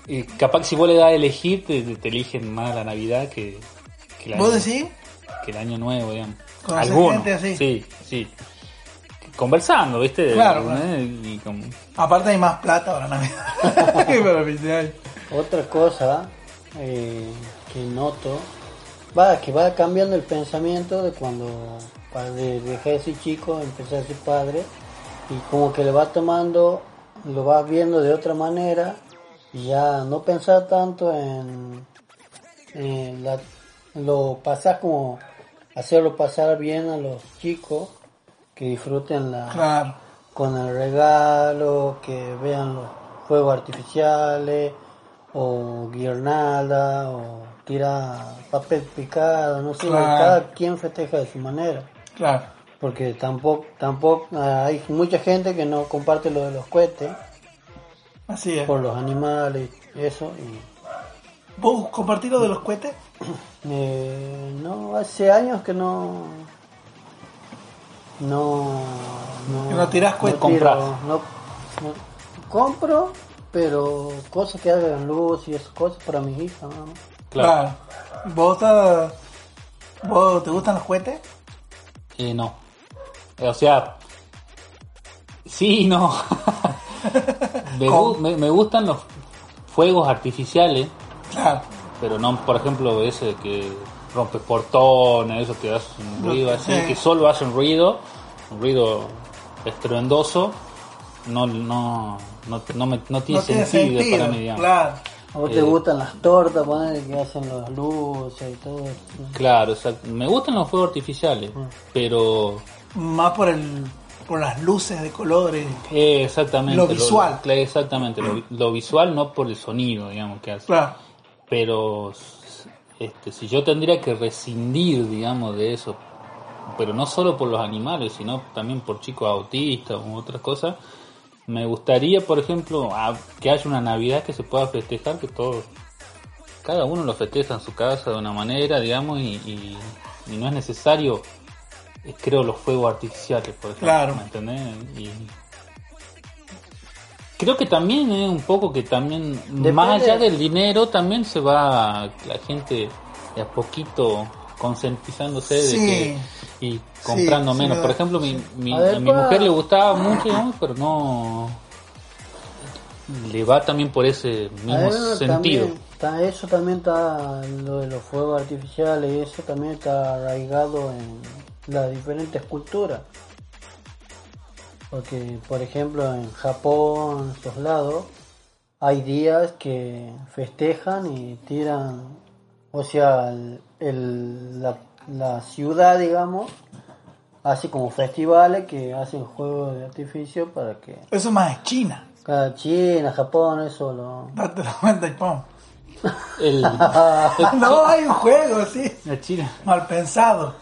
Speaker 2: eh, capaz que si vos le das a elegir, te, te- te eligen más la Navidad que, que, el
Speaker 1: ¿Vos
Speaker 2: año-
Speaker 1: decís?
Speaker 2: que el año nuevo, digamos.
Speaker 1: Conocer gente así.
Speaker 2: Sí, sí. Conversando, ¿viste?
Speaker 1: Claro,
Speaker 2: Eh,
Speaker 1: claro.
Speaker 2: y como-
Speaker 1: Aparte hay más plata para Navidad que para fin de año.
Speaker 3: Otra cosa eh, que noto, va, que va cambiando el pensamiento de cuando pa- de- dejé de ser chico, empecé a ser padre, y como que le va tomando, lo va viendo de otra manera, y ya no pensar tanto en, en la- lo pasar como, hacerlo pasar bien a los chicos, que disfruten la,
Speaker 1: Claro.
Speaker 3: con el regalo, que vean los fuegos artificiales, o guirnalda, o tira papel picado, no sé,
Speaker 1: Claro.
Speaker 3: cada quien festeja de su manera.
Speaker 1: Claro.
Speaker 3: Porque tampoco, tampoco ah, hay mucha gente que no comparte lo de los cohetes
Speaker 1: Así es.
Speaker 3: por los animales y eso. Y,
Speaker 1: ¿Vos compartís lo de los cohetes?
Speaker 3: eh, no, hace años que no. No.
Speaker 1: Que no tirás
Speaker 3: no
Speaker 1: cohetes.
Speaker 3: tiro,
Speaker 2: Compras.
Speaker 3: no- no- compro, pero cosas que hagan luz y esas cosas para mis hijas. ¿no?
Speaker 2: claro.
Speaker 1: Claro. ¿Vos, estás- vos te gustan los cohetes?
Speaker 2: Eh, no. Eh, O sea, sí y no. me, gu-
Speaker 1: ¿Cómo?
Speaker 2: me- me gustan los fuegos artificiales,
Speaker 1: Claro.
Speaker 2: pero no, por ejemplo, ese que rompe portones, eso que hace un
Speaker 1: Lo
Speaker 2: ruido
Speaker 1: que
Speaker 2: así,
Speaker 1: sea.
Speaker 2: que solo hace un ruido, un ruido estruendoso. No, no, no, no me- no tiene
Speaker 1: no tiene
Speaker 2: sentido,
Speaker 1: sentido.
Speaker 2: para mí, digamos.
Speaker 1: claro.
Speaker 3: A vos te
Speaker 2: Eh.
Speaker 3: gustan las tortas, poner que hacen las luces y todo eso. ¿no?
Speaker 2: Claro, o sea, me gustan los fuegos artificiales,
Speaker 1: Ah.
Speaker 2: pero
Speaker 1: Más por el por las luces de colores.
Speaker 2: Eh, exactamente.
Speaker 1: Lo visual.
Speaker 2: claro, exactamente, lo, lo visual no por el sonido, digamos, que hace.
Speaker 1: Claro.
Speaker 2: Pero s- este, si yo tendría que rescindir, digamos, de eso, pero no solo por los animales, sino también por chicos autistas u otras cosas, me gustaría, por ejemplo, a- que haya una Navidad que se pueda festejar, que todos, cada uno lo festeja en su casa de una manera, digamos, y, y- y no es necesario, eh, creo, los fuegos artificiales, por ejemplo.
Speaker 1: Claro.
Speaker 2: ¿Me entendés? Y- Creo que también es un poco que también, más allá del dinero, también se va la gente de a poquito concientizándose
Speaker 1: Sí.
Speaker 2: de que, y comprando
Speaker 1: sí, me
Speaker 2: menos.
Speaker 1: da-
Speaker 2: Por ejemplo, mi, mi-
Speaker 3: A ver,
Speaker 2: a mi
Speaker 3: pa.
Speaker 2: mujer le gustaba mucho, digamos, pero no le va también por ese
Speaker 3: A
Speaker 2: mismo
Speaker 3: ver,
Speaker 2: sentido.
Speaker 3: también, ta- eso también está, lo de los fuegos artificiales, y eso también está arraigado en las diferentes culturas. Porque, por ejemplo, en Japón, en esos lados, hay días que festejan y tiran, o sea, el, el- la, la ciudad, digamos, hace como festivales que hacen juegos de artificio para que
Speaker 1: Eso más es China.
Speaker 3: cada China, Japón, eso lo...
Speaker 1: Date la vuelta y pum.
Speaker 2: El,
Speaker 1: No hay un juego así.
Speaker 2: la China,
Speaker 1: Mal pensado.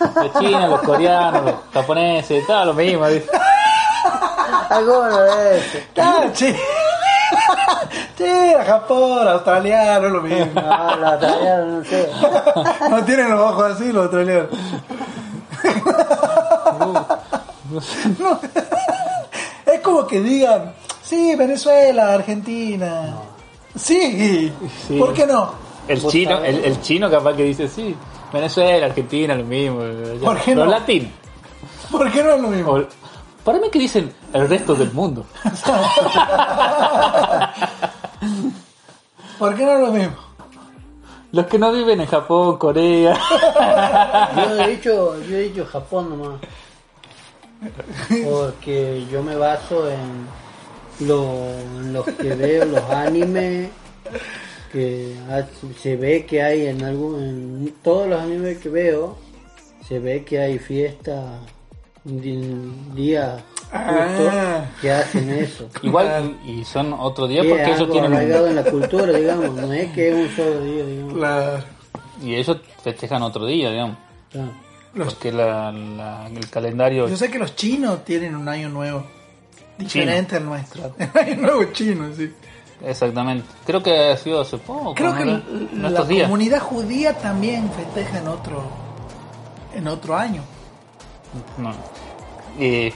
Speaker 2: la China, los coreanos, los japoneses, todo lo mismo. ¿viste?
Speaker 3: Alguno de esos.
Speaker 1: Claro, China. China, Japón, australiano, lo mismo.
Speaker 3: No, la tarea no sé.
Speaker 1: No tienen los ojos así los australianos.
Speaker 2: Uh. No sé.
Speaker 1: No. es como que digan, sí, Venezuela, Argentina. Sí.
Speaker 2: Sí.
Speaker 1: ¿por qué no?
Speaker 2: El
Speaker 3: Vos
Speaker 2: chino,
Speaker 3: sabés.
Speaker 2: el, el chino capaz que dice, sí, Venezuela, Argentina, lo mismo. ya".
Speaker 1: ¿Por qué
Speaker 2: Los
Speaker 1: no?
Speaker 2: latinos.
Speaker 1: ¿Por qué no es lo mismo?
Speaker 2: O- para mí que dicen el resto del mundo.
Speaker 1: ¿Por qué no es lo mismo?
Speaker 2: Los que no viven en Japón, Corea.
Speaker 3: Yo he dicho, yo he dicho Japón nomás. Porque yo me baso en, lo- en los que veo, los animes que ha- se ve que hay en algún en todos los animes que veo se ve que hay fiestas días justos
Speaker 1: Ah.
Speaker 3: que hacen eso
Speaker 2: Igual, y, y son otro día
Speaker 3: Que es
Speaker 2: porque ellos
Speaker 3: algo arraigado
Speaker 2: tienen.
Speaker 3: en la cultura digamos no es que es un solo día digamos
Speaker 1: La-
Speaker 2: Y ellos festejan otro día, digamos.
Speaker 3: Claro.
Speaker 2: Porque la, la- el calendario.
Speaker 1: Yo sé que los chinos tienen un año nuevo. Diferente al nuestro. El año nuevo chino, sí.
Speaker 2: Exactamente. Creo que ha sido hace poco.
Speaker 1: Creo
Speaker 2: ¿no?
Speaker 1: que
Speaker 2: En
Speaker 1: la
Speaker 2: estos días.
Speaker 1: comunidad judía también festeja en otro, en otro año.
Speaker 2: No. Eh,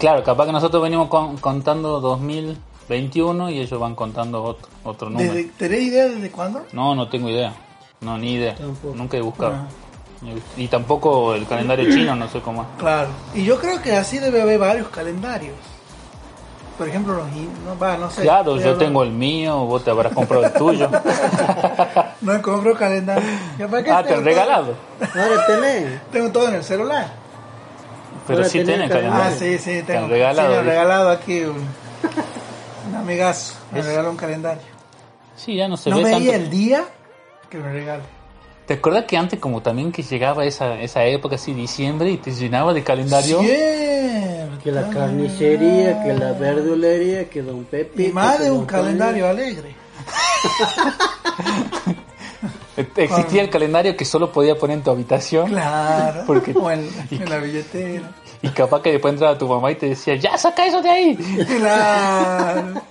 Speaker 2: claro, capaz que nosotros venimos con- contando 2021 y ellos van contando otro, otro número.
Speaker 1: Desde, ¿Tenés idea desde cuándo?
Speaker 2: No, no tengo idea. No, ni idea.
Speaker 3: Tampoco.
Speaker 2: Nunca he buscado.
Speaker 1: Ah.
Speaker 2: Y tampoco el calendario chino, no sé cómo es.
Speaker 1: Claro. Y yo creo que así debe haber varios calendarios. Por ejemplo, los in- no, va, no sé.
Speaker 2: Claro,
Speaker 1: Estoy
Speaker 2: yo
Speaker 1: hablando-
Speaker 2: tengo el mío, vos te habrás comprado el tuyo.
Speaker 1: No compro calendario. Capaz que
Speaker 2: ah, te
Speaker 1: tengo
Speaker 2: han regalado.
Speaker 3: ahora tenés
Speaker 1: todo- Tengo todo en el celular.
Speaker 2: Pero
Speaker 3: Ahora
Speaker 2: sí
Speaker 3: tenés
Speaker 2: tienen
Speaker 3: calendario.
Speaker 1: Ah, sí,
Speaker 2: calendario.
Speaker 1: sí,
Speaker 2: Te
Speaker 1: tengo.
Speaker 2: han regalado.
Speaker 1: sí, me han
Speaker 2: dice.
Speaker 1: regalado aquí un, un amigazo. Me
Speaker 2: Es-
Speaker 1: regaló un calendario.
Speaker 2: Sí, ya no se
Speaker 1: No
Speaker 2: ve
Speaker 1: veía
Speaker 2: tanto.
Speaker 1: el día que me regaló.
Speaker 2: ¿Te acuerdas que antes como también que llegaba esa, esa época así, diciembre, y te llenaba de calendario?
Speaker 1: Cierto.
Speaker 3: que la carnicería que la verdulería que don Pepe
Speaker 1: Y más de un calendario alegre.
Speaker 2: E-, Existía
Speaker 1: Ah.
Speaker 2: el calendario que solo podía poner en tu habitación.
Speaker 1: Claro.
Speaker 2: Porque-
Speaker 1: O en, en la billetera.
Speaker 2: Y capaz que después entraba tu mamá y te decía, ya saca eso de ahí.
Speaker 1: Claro.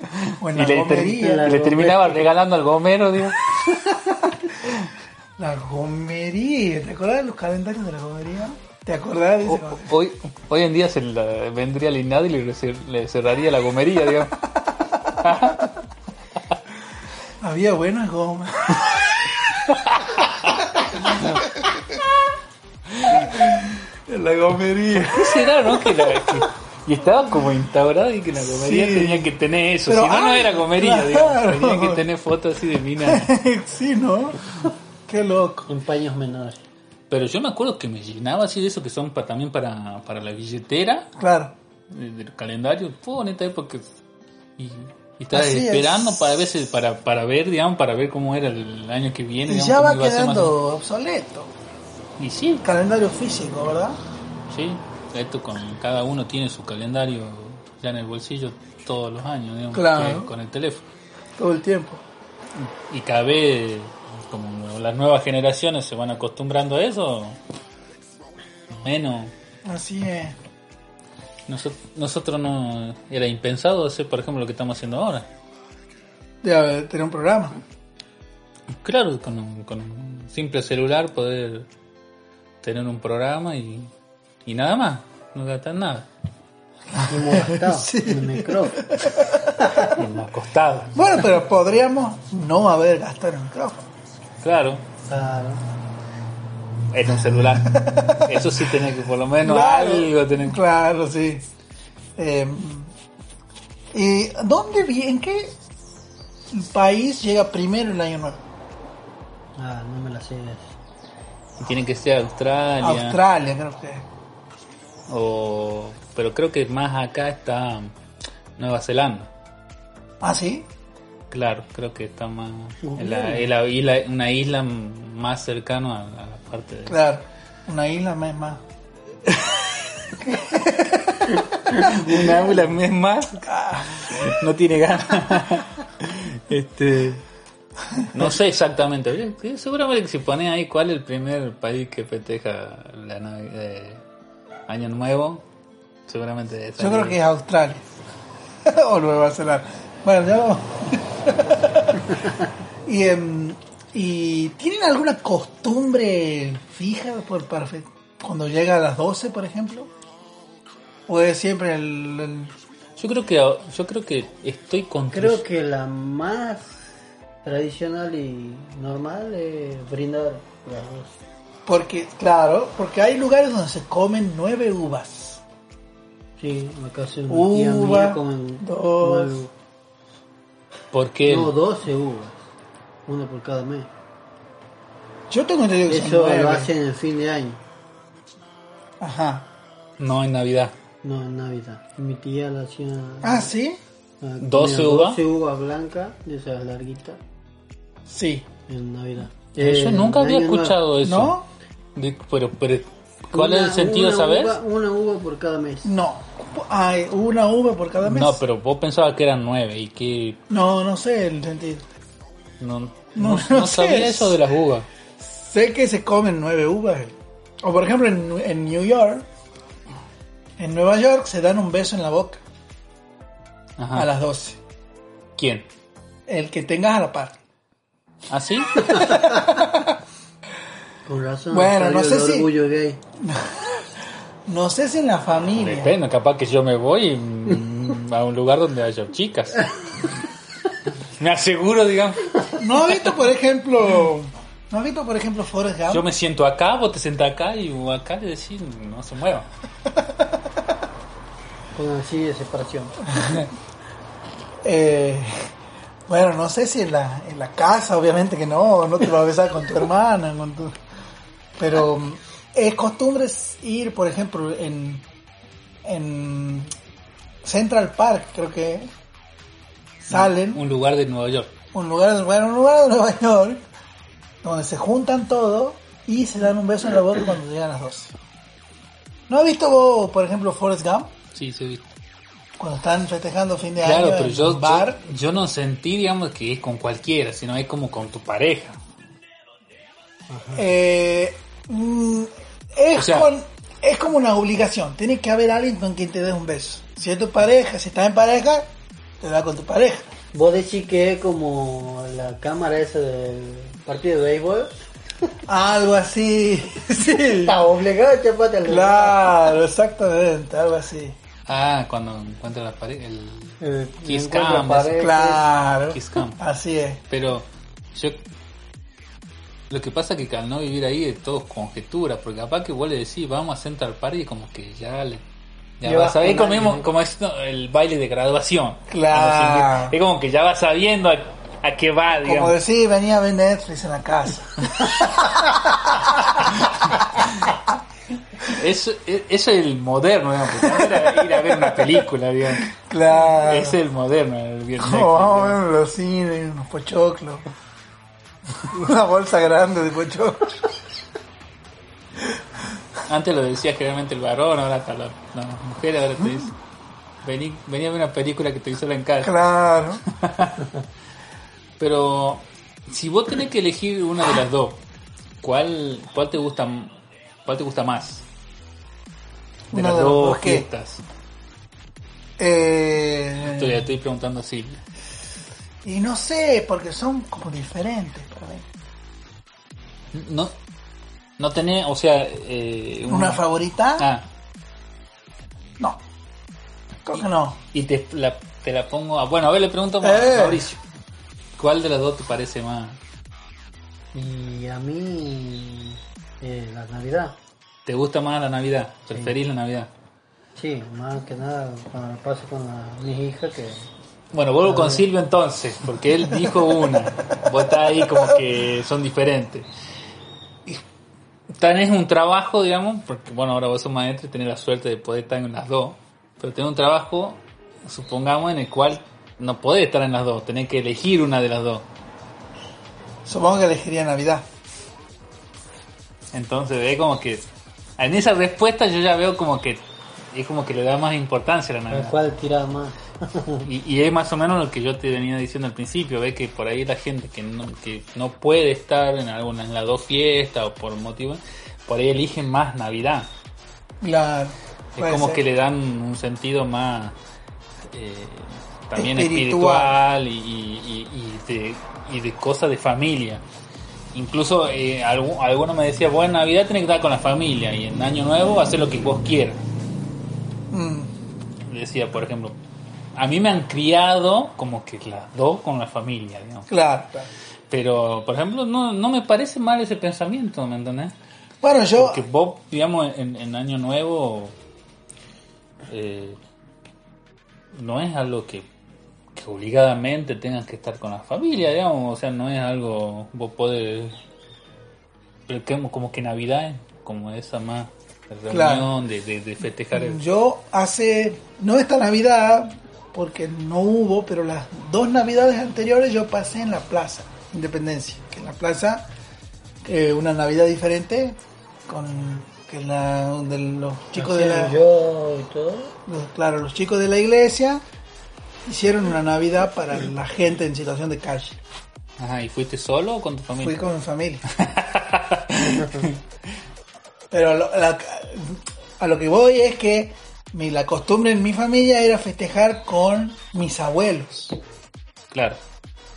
Speaker 1: O en
Speaker 2: Y
Speaker 1: la
Speaker 2: le, ter-
Speaker 1: gomería.
Speaker 3: la
Speaker 2: le terminaba regalando al gomero, digo.
Speaker 1: La gomería. ¿Te acordás de los calendarios de la gomería? ¿Te acordás de ese?
Speaker 2: O- Hoy, hoy en día se la- vendría el INADI y le, cer- le cerraría la gomería, digamos.
Speaker 1: Había buenas gomas. En la gomería.
Speaker 2: ¿Qué será, no? Que la- que- y estaba como instaurado y que la gomería
Speaker 1: Sí.
Speaker 2: tenía que tener eso.
Speaker 1: Pero,
Speaker 2: si no, no
Speaker 1: ay,
Speaker 2: era gomería,
Speaker 1: claro.
Speaker 2: digamos. Tenía que tener fotos así de mina.
Speaker 1: sí, ¿no? Qué loco.
Speaker 3: en paños menores
Speaker 2: Pero yo me acuerdo que me llenaba así de eso que son pa- también para, para la billetera,
Speaker 1: Claro.
Speaker 2: eh, del calendario. Fue bonita época. Y, y estaba
Speaker 1: Así es.
Speaker 2: esperando para, a veces, para, para ver, digamos, para ver cómo era el año que viene.
Speaker 1: Y
Speaker 2: digamos,
Speaker 1: ya
Speaker 2: cómo
Speaker 1: va
Speaker 2: iba a ser más o menos.
Speaker 1: quedando obsoleto.
Speaker 2: Y sí,
Speaker 1: Calendario físico, ¿verdad?
Speaker 2: Sí, esto con cada uno tiene su calendario ya en el bolsillo todos los años, digamos,
Speaker 1: Claro.
Speaker 2: que con el teléfono.
Speaker 1: Todo el tiempo.
Speaker 2: Y cada vez, como las nuevas generaciones se van acostumbrando a eso, menos.
Speaker 1: Así es.
Speaker 2: Noso- nosotros no era impensado hacer, por ejemplo, lo que estamos haciendo ahora.
Speaker 1: Ya tener un programa.
Speaker 2: Claro, con un, con un simple celular poder tener un programa y, y nada más, no gastar nada.
Speaker 3: hemos gastado en el micrófono
Speaker 2: Acostado.
Speaker 1: Bueno, pero podríamos no haber gastado el micrófono.
Speaker 2: Claro.
Speaker 3: Claro.
Speaker 2: en un celular. Eso sí tenés que por lo menos algo tener que...
Speaker 1: Claro, sí. Eh, ¿Y dónde, vi- en qué país llega primero el año nuevo?
Speaker 3: Ah, no me la sé.
Speaker 2: Tiene que ser Australia.
Speaker 1: Australia, creo que.
Speaker 2: o... Pero creo que más acá está Nueva Zelanda.
Speaker 1: ¿Ah, sí?
Speaker 2: Claro, creo que está más...
Speaker 3: Ujú.
Speaker 2: en la- en la isla- una isla más cercana a, a la parte de...
Speaker 1: Claro. Una isla más. más.
Speaker 2: Una isla es más... ah, No tiene ganas. este... No sé exactamente, habría que- seguramente que si pones ahí cuál es el primer país que festeja la Nav- eh, Año Nuevo, seguramente es
Speaker 1: Yo creo que es Australia. o Nueva Zelanda. Bueno, ya vamos. y, em, ¿Y tienen alguna costumbre fija por, para fe- cuando llega a las 12, por ejemplo? O es siempre el, el-
Speaker 2: Yo creo que yo creo que estoy construyendo
Speaker 3: Creo que la más tradicional y normal es brindar las dos.
Speaker 1: Porque, claro, porque hay lugares donde se comen nueve uvas.
Speaker 3: Sí, acá se
Speaker 1: Uva,
Speaker 3: comen
Speaker 1: dos.
Speaker 3: nueve-
Speaker 2: porque
Speaker 3: no, 12 uvas, una por cada mes.
Speaker 1: Yo tengo entendido que son
Speaker 3: Eso
Speaker 1: nueve.
Speaker 3: lo hacen en el fin de año,
Speaker 1: Ajá.
Speaker 2: no en Navidad.
Speaker 3: no en Navidad. Mi tía la hacía.
Speaker 1: Ah, ¿sí?
Speaker 3: ah,
Speaker 2: 12
Speaker 3: tenía
Speaker 2: uvas.
Speaker 3: 12 uvas blancas, de esas larguitas,
Speaker 1: Sí.
Speaker 3: en Navidad.
Speaker 2: yo
Speaker 3: Eh,
Speaker 2: nunca había
Speaker 3: Año Nuevo.
Speaker 2: escuchado eso.
Speaker 1: ¿No?
Speaker 2: De- pero, pero ¿cuál es el
Speaker 3: Una-
Speaker 2: sentido,
Speaker 3: una
Speaker 2: sabes?
Speaker 3: uva- una uva por cada mes.
Speaker 1: No. Hay una uva por cada mes.
Speaker 2: No, pero vos pensabas que eran nueve y que
Speaker 1: No, no sé el sentido.
Speaker 2: no, no,
Speaker 1: No,
Speaker 2: no
Speaker 1: no sé
Speaker 2: sabía
Speaker 1: eso.
Speaker 2: eso de las uvas.
Speaker 1: Sé que se comen nueve uvas. O por ejemplo en, en New York, en Nueva York se dan un beso en la boca
Speaker 2: Ajá.
Speaker 1: a las 12.
Speaker 2: ¿Quién? ¿Ah,
Speaker 1: El que tengas a la par.
Speaker 2: ¿Así?
Speaker 3: Con razón.
Speaker 1: Bueno, no
Speaker 3: salió
Speaker 1: sé
Speaker 3: el
Speaker 1: si-
Speaker 3: orgullo gay.
Speaker 1: No sé si en la familia.
Speaker 2: Depende, capaz que yo me voy mm, a un lugar donde haya chicas. me aseguro, digamos.
Speaker 1: ¿No has visto por ejemplo... ¿No has visto por ejemplo Forrest Gump?
Speaker 2: Yo me siento acá, vos te sentás acá y vos acá le decís, no se mueva.
Speaker 3: Con así de separación.
Speaker 1: Eh, bueno, no sé si en la, en la casa, obviamente que no, no te vas a besar con tu hermana, con tu... Pero mm, es costumbre ir, por ejemplo, en, en Central Park, creo que salen
Speaker 2: Un lugar de Nueva York.
Speaker 1: un lugar, bueno, un lugar de Nueva York donde se juntan todos y se dan un beso en la boca cuando llegan las 12. ¿No has visto vos, por ejemplo, Forrest Gump?
Speaker 2: Sí, sí.
Speaker 1: Cuando están festejando fin de
Speaker 2: Claro,
Speaker 1: año
Speaker 2: pero
Speaker 1: en
Speaker 2: yo,
Speaker 1: un bar.
Speaker 2: yo, yo no sentí, digamos, que es con cualquiera, sino es como con tu pareja.
Speaker 1: Eh, mm, es,
Speaker 2: O sea-
Speaker 1: con- es como una obligación. Tiene que haber alguien con quien te des un beso. Si es tu pareja, si estás en pareja, te da con tu pareja.
Speaker 3: Vos decís que es como la cámara esa del partido de béisbol.
Speaker 1: Algo así. Sí.
Speaker 3: Está obligado a chaparte al
Speaker 1: Claro, exactamente, algo así.
Speaker 2: Ah, cuando encuentra la pareja. El...
Speaker 3: El
Speaker 2: Kiss
Speaker 3: encuentro
Speaker 2: cam,
Speaker 3: pareja.
Speaker 1: Claro.
Speaker 2: Kiss cam.
Speaker 1: Así es.
Speaker 2: Pero yo. Lo que pasa es que al no vivir ahí, todo es conjetura, porque capaz que vos le decís, vamos a Central Party, y como que ya le. Ya
Speaker 3: Llevas
Speaker 2: vas a ver,
Speaker 3: un año,
Speaker 2: comemos
Speaker 3: ¿no?
Speaker 2: como es no, el baile de graduación.
Speaker 1: Claro.
Speaker 2: Como si- Es como que ya vas sabiendo a, a qué va,
Speaker 1: Como
Speaker 2: digamos.
Speaker 1: decís, venía a ver Netflix en la casa.
Speaker 2: Eso, e- eso es el moderno, digamos. porque no era ir a ver una película, digamos.
Speaker 1: Claro.
Speaker 2: Es el moderno, el viernes.
Speaker 1: Como vamos a ver los cines, unos pochoclos. Una bolsa grande de pochoclos.
Speaker 2: Antes lo decía generalmente el varón, ahora hasta la, la mujer, ahora te dice. Vení, vení a ver una película que te hizo la encarga.
Speaker 1: Claro.
Speaker 2: Pero si vos tenés que elegir una de las dos, ¿cuál, cuál te gusta m- cuál te gusta más? De
Speaker 1: Una
Speaker 2: las
Speaker 1: de las
Speaker 2: dos
Speaker 1: dos, ¿qué?
Speaker 2: fiestas.
Speaker 1: Eh,
Speaker 2: Esto ya estoy preguntando así.
Speaker 1: Y no sé, porque son como diferentes para mí.
Speaker 2: No, no tenés, o sea, eh, un-
Speaker 1: ¿Una favorita?
Speaker 2: Ah,
Speaker 1: No. Creo que no.
Speaker 2: y te la, te la pongo a. Bueno, a ver, le pregunto a
Speaker 1: Eh.
Speaker 2: Mauricio. ¿Cuál de las dos te parece más?
Speaker 3: Y a mí, eh, la Navidad.
Speaker 2: ¿Te gusta más la Navidad? ¿Preferís la Navidad?
Speaker 3: Sí, más que nada cuando la paso con la- mis hijas que...
Speaker 2: Bueno, vuelvo con Silvio entonces, porque él dijo una. Vos estás ahí como que son diferentes. Y Tenés un trabajo, digamos, porque bueno, ahora vos sos maestro y tenés la suerte de poder estar en las dos, pero tenés un trabajo, supongamos, en el cual no podés estar en las dos, tenés que elegir una de las dos.
Speaker 1: Supongo que elegiría Navidad.
Speaker 2: Entonces ve como que en esa respuesta yo ya veo como que es como que le da más importancia a la
Speaker 3: a ver
Speaker 2: Navidad.
Speaker 3: cuál tiraba más.
Speaker 2: Y, y es más o menos lo que yo te venía diciendo al principio, ves que por ahí la gente que no, que no puede estar en alguna en las dos fiestas o por motivos, por ahí eligen más Navidad.
Speaker 1: Claro.
Speaker 2: Es como que le dan un sentido más eh, también
Speaker 1: Espiritual.
Speaker 2: espiritual, y, y- y- y de, y de cosas de familia. Incluso eh, algu- alguno me decía, bueno, Navidad tiene que estar con la familia y en Año Nuevo hacer lo que vos quieras.
Speaker 1: Mm,
Speaker 2: decía, por ejemplo, a mí me han criado como que las dos con la familia, digamos.
Speaker 1: Claro, claro.
Speaker 2: Pero, por ejemplo, no, no me parece mal ese pensamiento, ¿me entendés?
Speaker 1: Bueno, yo.
Speaker 2: Porque Bob, digamos, en, en Año Nuevo eh, no es algo que, que obligadamente tengas que estar con la familia, digamos, o sea, no es algo, vos podés, pero que como- como que Navidad es como esa más de reunión,
Speaker 1: Claro.
Speaker 2: de, de- de festejar el...
Speaker 1: Yo hace, no esta Navidad, porque no hubo, pero las dos Navidades anteriores yo pasé en la Plaza Independencia, que en la Plaza, eh, una Navidad diferente, con que la, donde los chicos de la,
Speaker 3: Yo y todo.
Speaker 1: los- Pues, claro, los chicos de la iglesia hicieron una Navidad para la gente en situación de calle.
Speaker 2: Ajá, ¿y fuiste solo o con tu
Speaker 1: Fui
Speaker 2: familia?
Speaker 1: con mi familia. Pero a lo, la- a lo que voy es que mi, la costumbre en mi familia era festejar con mis abuelos.
Speaker 2: Claro,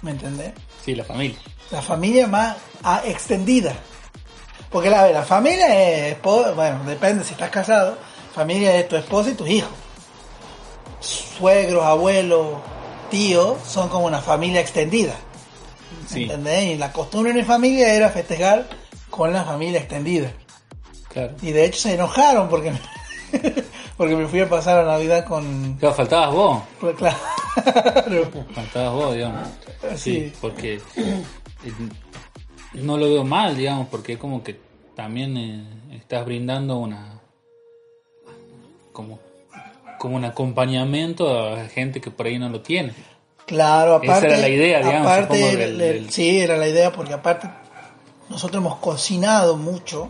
Speaker 1: ¿Me entendés?
Speaker 2: sí, la familia.
Speaker 1: La familia más ah, extendida. Porque la, la familia es, po- bueno, depende si estás casado, familia es tu esposa y tus hijos. Suegros, abuelos, tíos, son como una familia extendida.
Speaker 2: Sí,
Speaker 1: ¿Entendés? Y la costumbre en mi familia era festejar con la familia extendida.
Speaker 2: claro.
Speaker 1: Y de hecho se enojaron porque me, porque me fui a pasar la Navidad con...
Speaker 2: Claro, faltabas vos,
Speaker 1: Claro.
Speaker 2: faltabas vos, digamos. Sí,
Speaker 1: Ah, Sí.
Speaker 2: porque eh, no lo veo mal, digamos, porque es como que también eh, estás brindando una como como un acompañamiento a gente que por ahí no lo tiene.
Speaker 1: Claro,
Speaker 2: Esa
Speaker 1: aparte...
Speaker 2: era la idea, digamos,
Speaker 1: aparte,
Speaker 2: supongo, del-
Speaker 1: el- el-
Speaker 2: del-
Speaker 1: Sí, era la idea porque aparte nosotros hemos cocinado mucho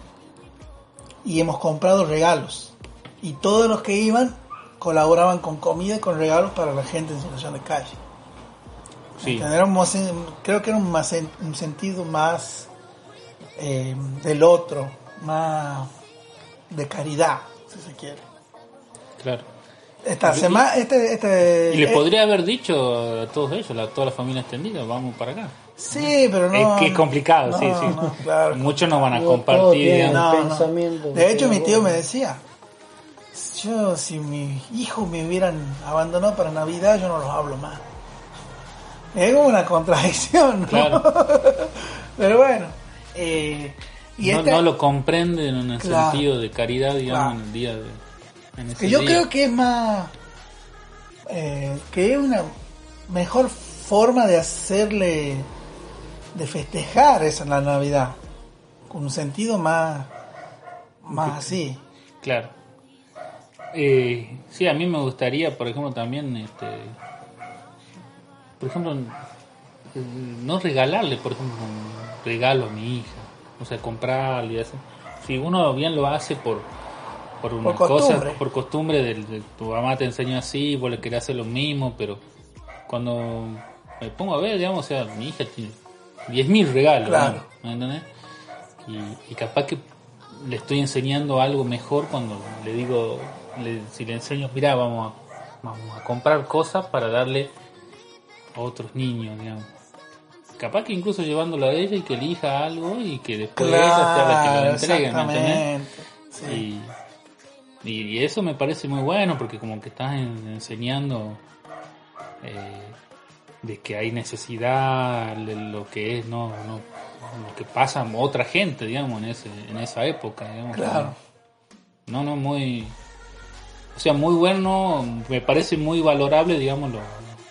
Speaker 1: y hemos comprado regalos. Y todos los que iban colaboraban con comida y con regalos para la gente en situación de calle.
Speaker 2: Sí,
Speaker 1: Era un mocen- creo que era un, más sen- un sentido más eh, del otro, más de caridad, si se quiere.
Speaker 2: claro.
Speaker 1: Esta semana, este, este-
Speaker 2: Y le
Speaker 1: eh,
Speaker 2: podría haber dicho a todos ellos, a toda la familia extendida, vamos para acá.
Speaker 1: sí, pero no.
Speaker 2: es que es complicado,
Speaker 1: no,
Speaker 2: sí, sí.
Speaker 1: no, claro.
Speaker 2: Muchos no van a
Speaker 3: No, todo
Speaker 2: compartir,
Speaker 3: bien,
Speaker 2: digamos.
Speaker 1: No, no.
Speaker 3: pensamiento.
Speaker 1: De hecho, mi tío me decía, yo si mis hijos me hubieran abandonado para Navidad, yo no los hablo más. Es como una contradicción, ¿no?
Speaker 2: Claro.
Speaker 1: Pero bueno. eh, y
Speaker 2: no,
Speaker 1: esta-
Speaker 2: no lo comprenden en el
Speaker 1: Claro.
Speaker 2: sentido de caridad, digamos,
Speaker 1: Claro.
Speaker 2: en el día de... en ese
Speaker 1: Que yo
Speaker 2: día.
Speaker 1: creo que es más. eh, que es una mejor forma de hacerle. de festejar esa la Navidad. Con un sentido más. más así.
Speaker 2: Claro. Eh, sí, a mí me gustaría, por ejemplo, también, este, por ejemplo, eh, no regalarle, por ejemplo, un regalo a mi hija, o sea, comprarle y eso. Si uno bien lo hace por por una
Speaker 1: costumbre.
Speaker 2: cosa, por costumbre del- de, tu mamá te enseñó así, vos le querés hacer lo mismo, pero cuando me pongo a ver, digamos, o sea, mi hija tiene 10.000 regalos,
Speaker 1: Claro.
Speaker 2: ¿no? ¿me entendés? y, y capaz que le estoy enseñando algo mejor cuando le digo, le- si le enseño, mira, vamos a, vamos a comprar cosas para darle a otros niños, digamos. Capaz que incluso llevándola a ella y que elija algo y que después ella sea la que lo entregue, ¿me entendés?
Speaker 1: exactamente. Sí.
Speaker 2: Y, y- y eso me parece muy bueno porque como que estás en- enseñando eh, de que hay necesidad, de lo que es, no, no, lo que pasa a otra gente, digamos, en, ese, en esa época, digamos.
Speaker 1: Claro.
Speaker 2: No, no, muy... O sea, muy bueno, me parece muy valorable, digamos, lo,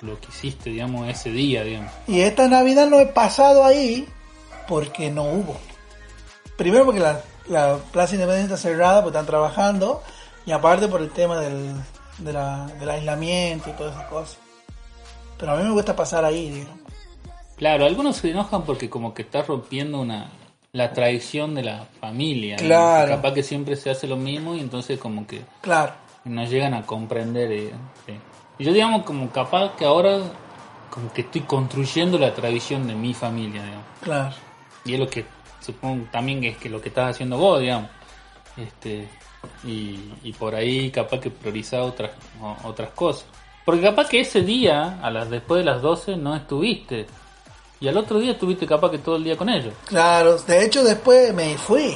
Speaker 2: lo que hiciste, digamos, ese día, digamos.
Speaker 1: Y esta Navidad no he pasado ahí porque no hubo. Primero porque la, la Plaza Independencia está cerrada porque están trabajando y aparte por el tema del, de la- del aislamiento y todas esas cosas. Pero a mí me gusta pasar ahí, digamos.
Speaker 2: Claro, algunos se enojan porque como que está rompiendo una la tradición de la familia. ¿no?
Speaker 1: Claro.
Speaker 2: Que Capaz que siempre se hace lo mismo y entonces como que
Speaker 1: Claro,
Speaker 2: no llegan a comprender. eh, sí. Y yo digamos como capaz que ahora como que estoy construyendo la tradición de mi familia, digamos.
Speaker 1: claro.
Speaker 2: Y es lo que supongo también es que lo que estás haciendo vos, digamos. Este, y, y por ahí capaz que priorizar otras, o- otras cosas. Porque capaz que ese día, a las después de las 12, no estuviste. Y al otro día estuviste capaz que todo el día con ellos.
Speaker 1: Claro, de hecho después me fui.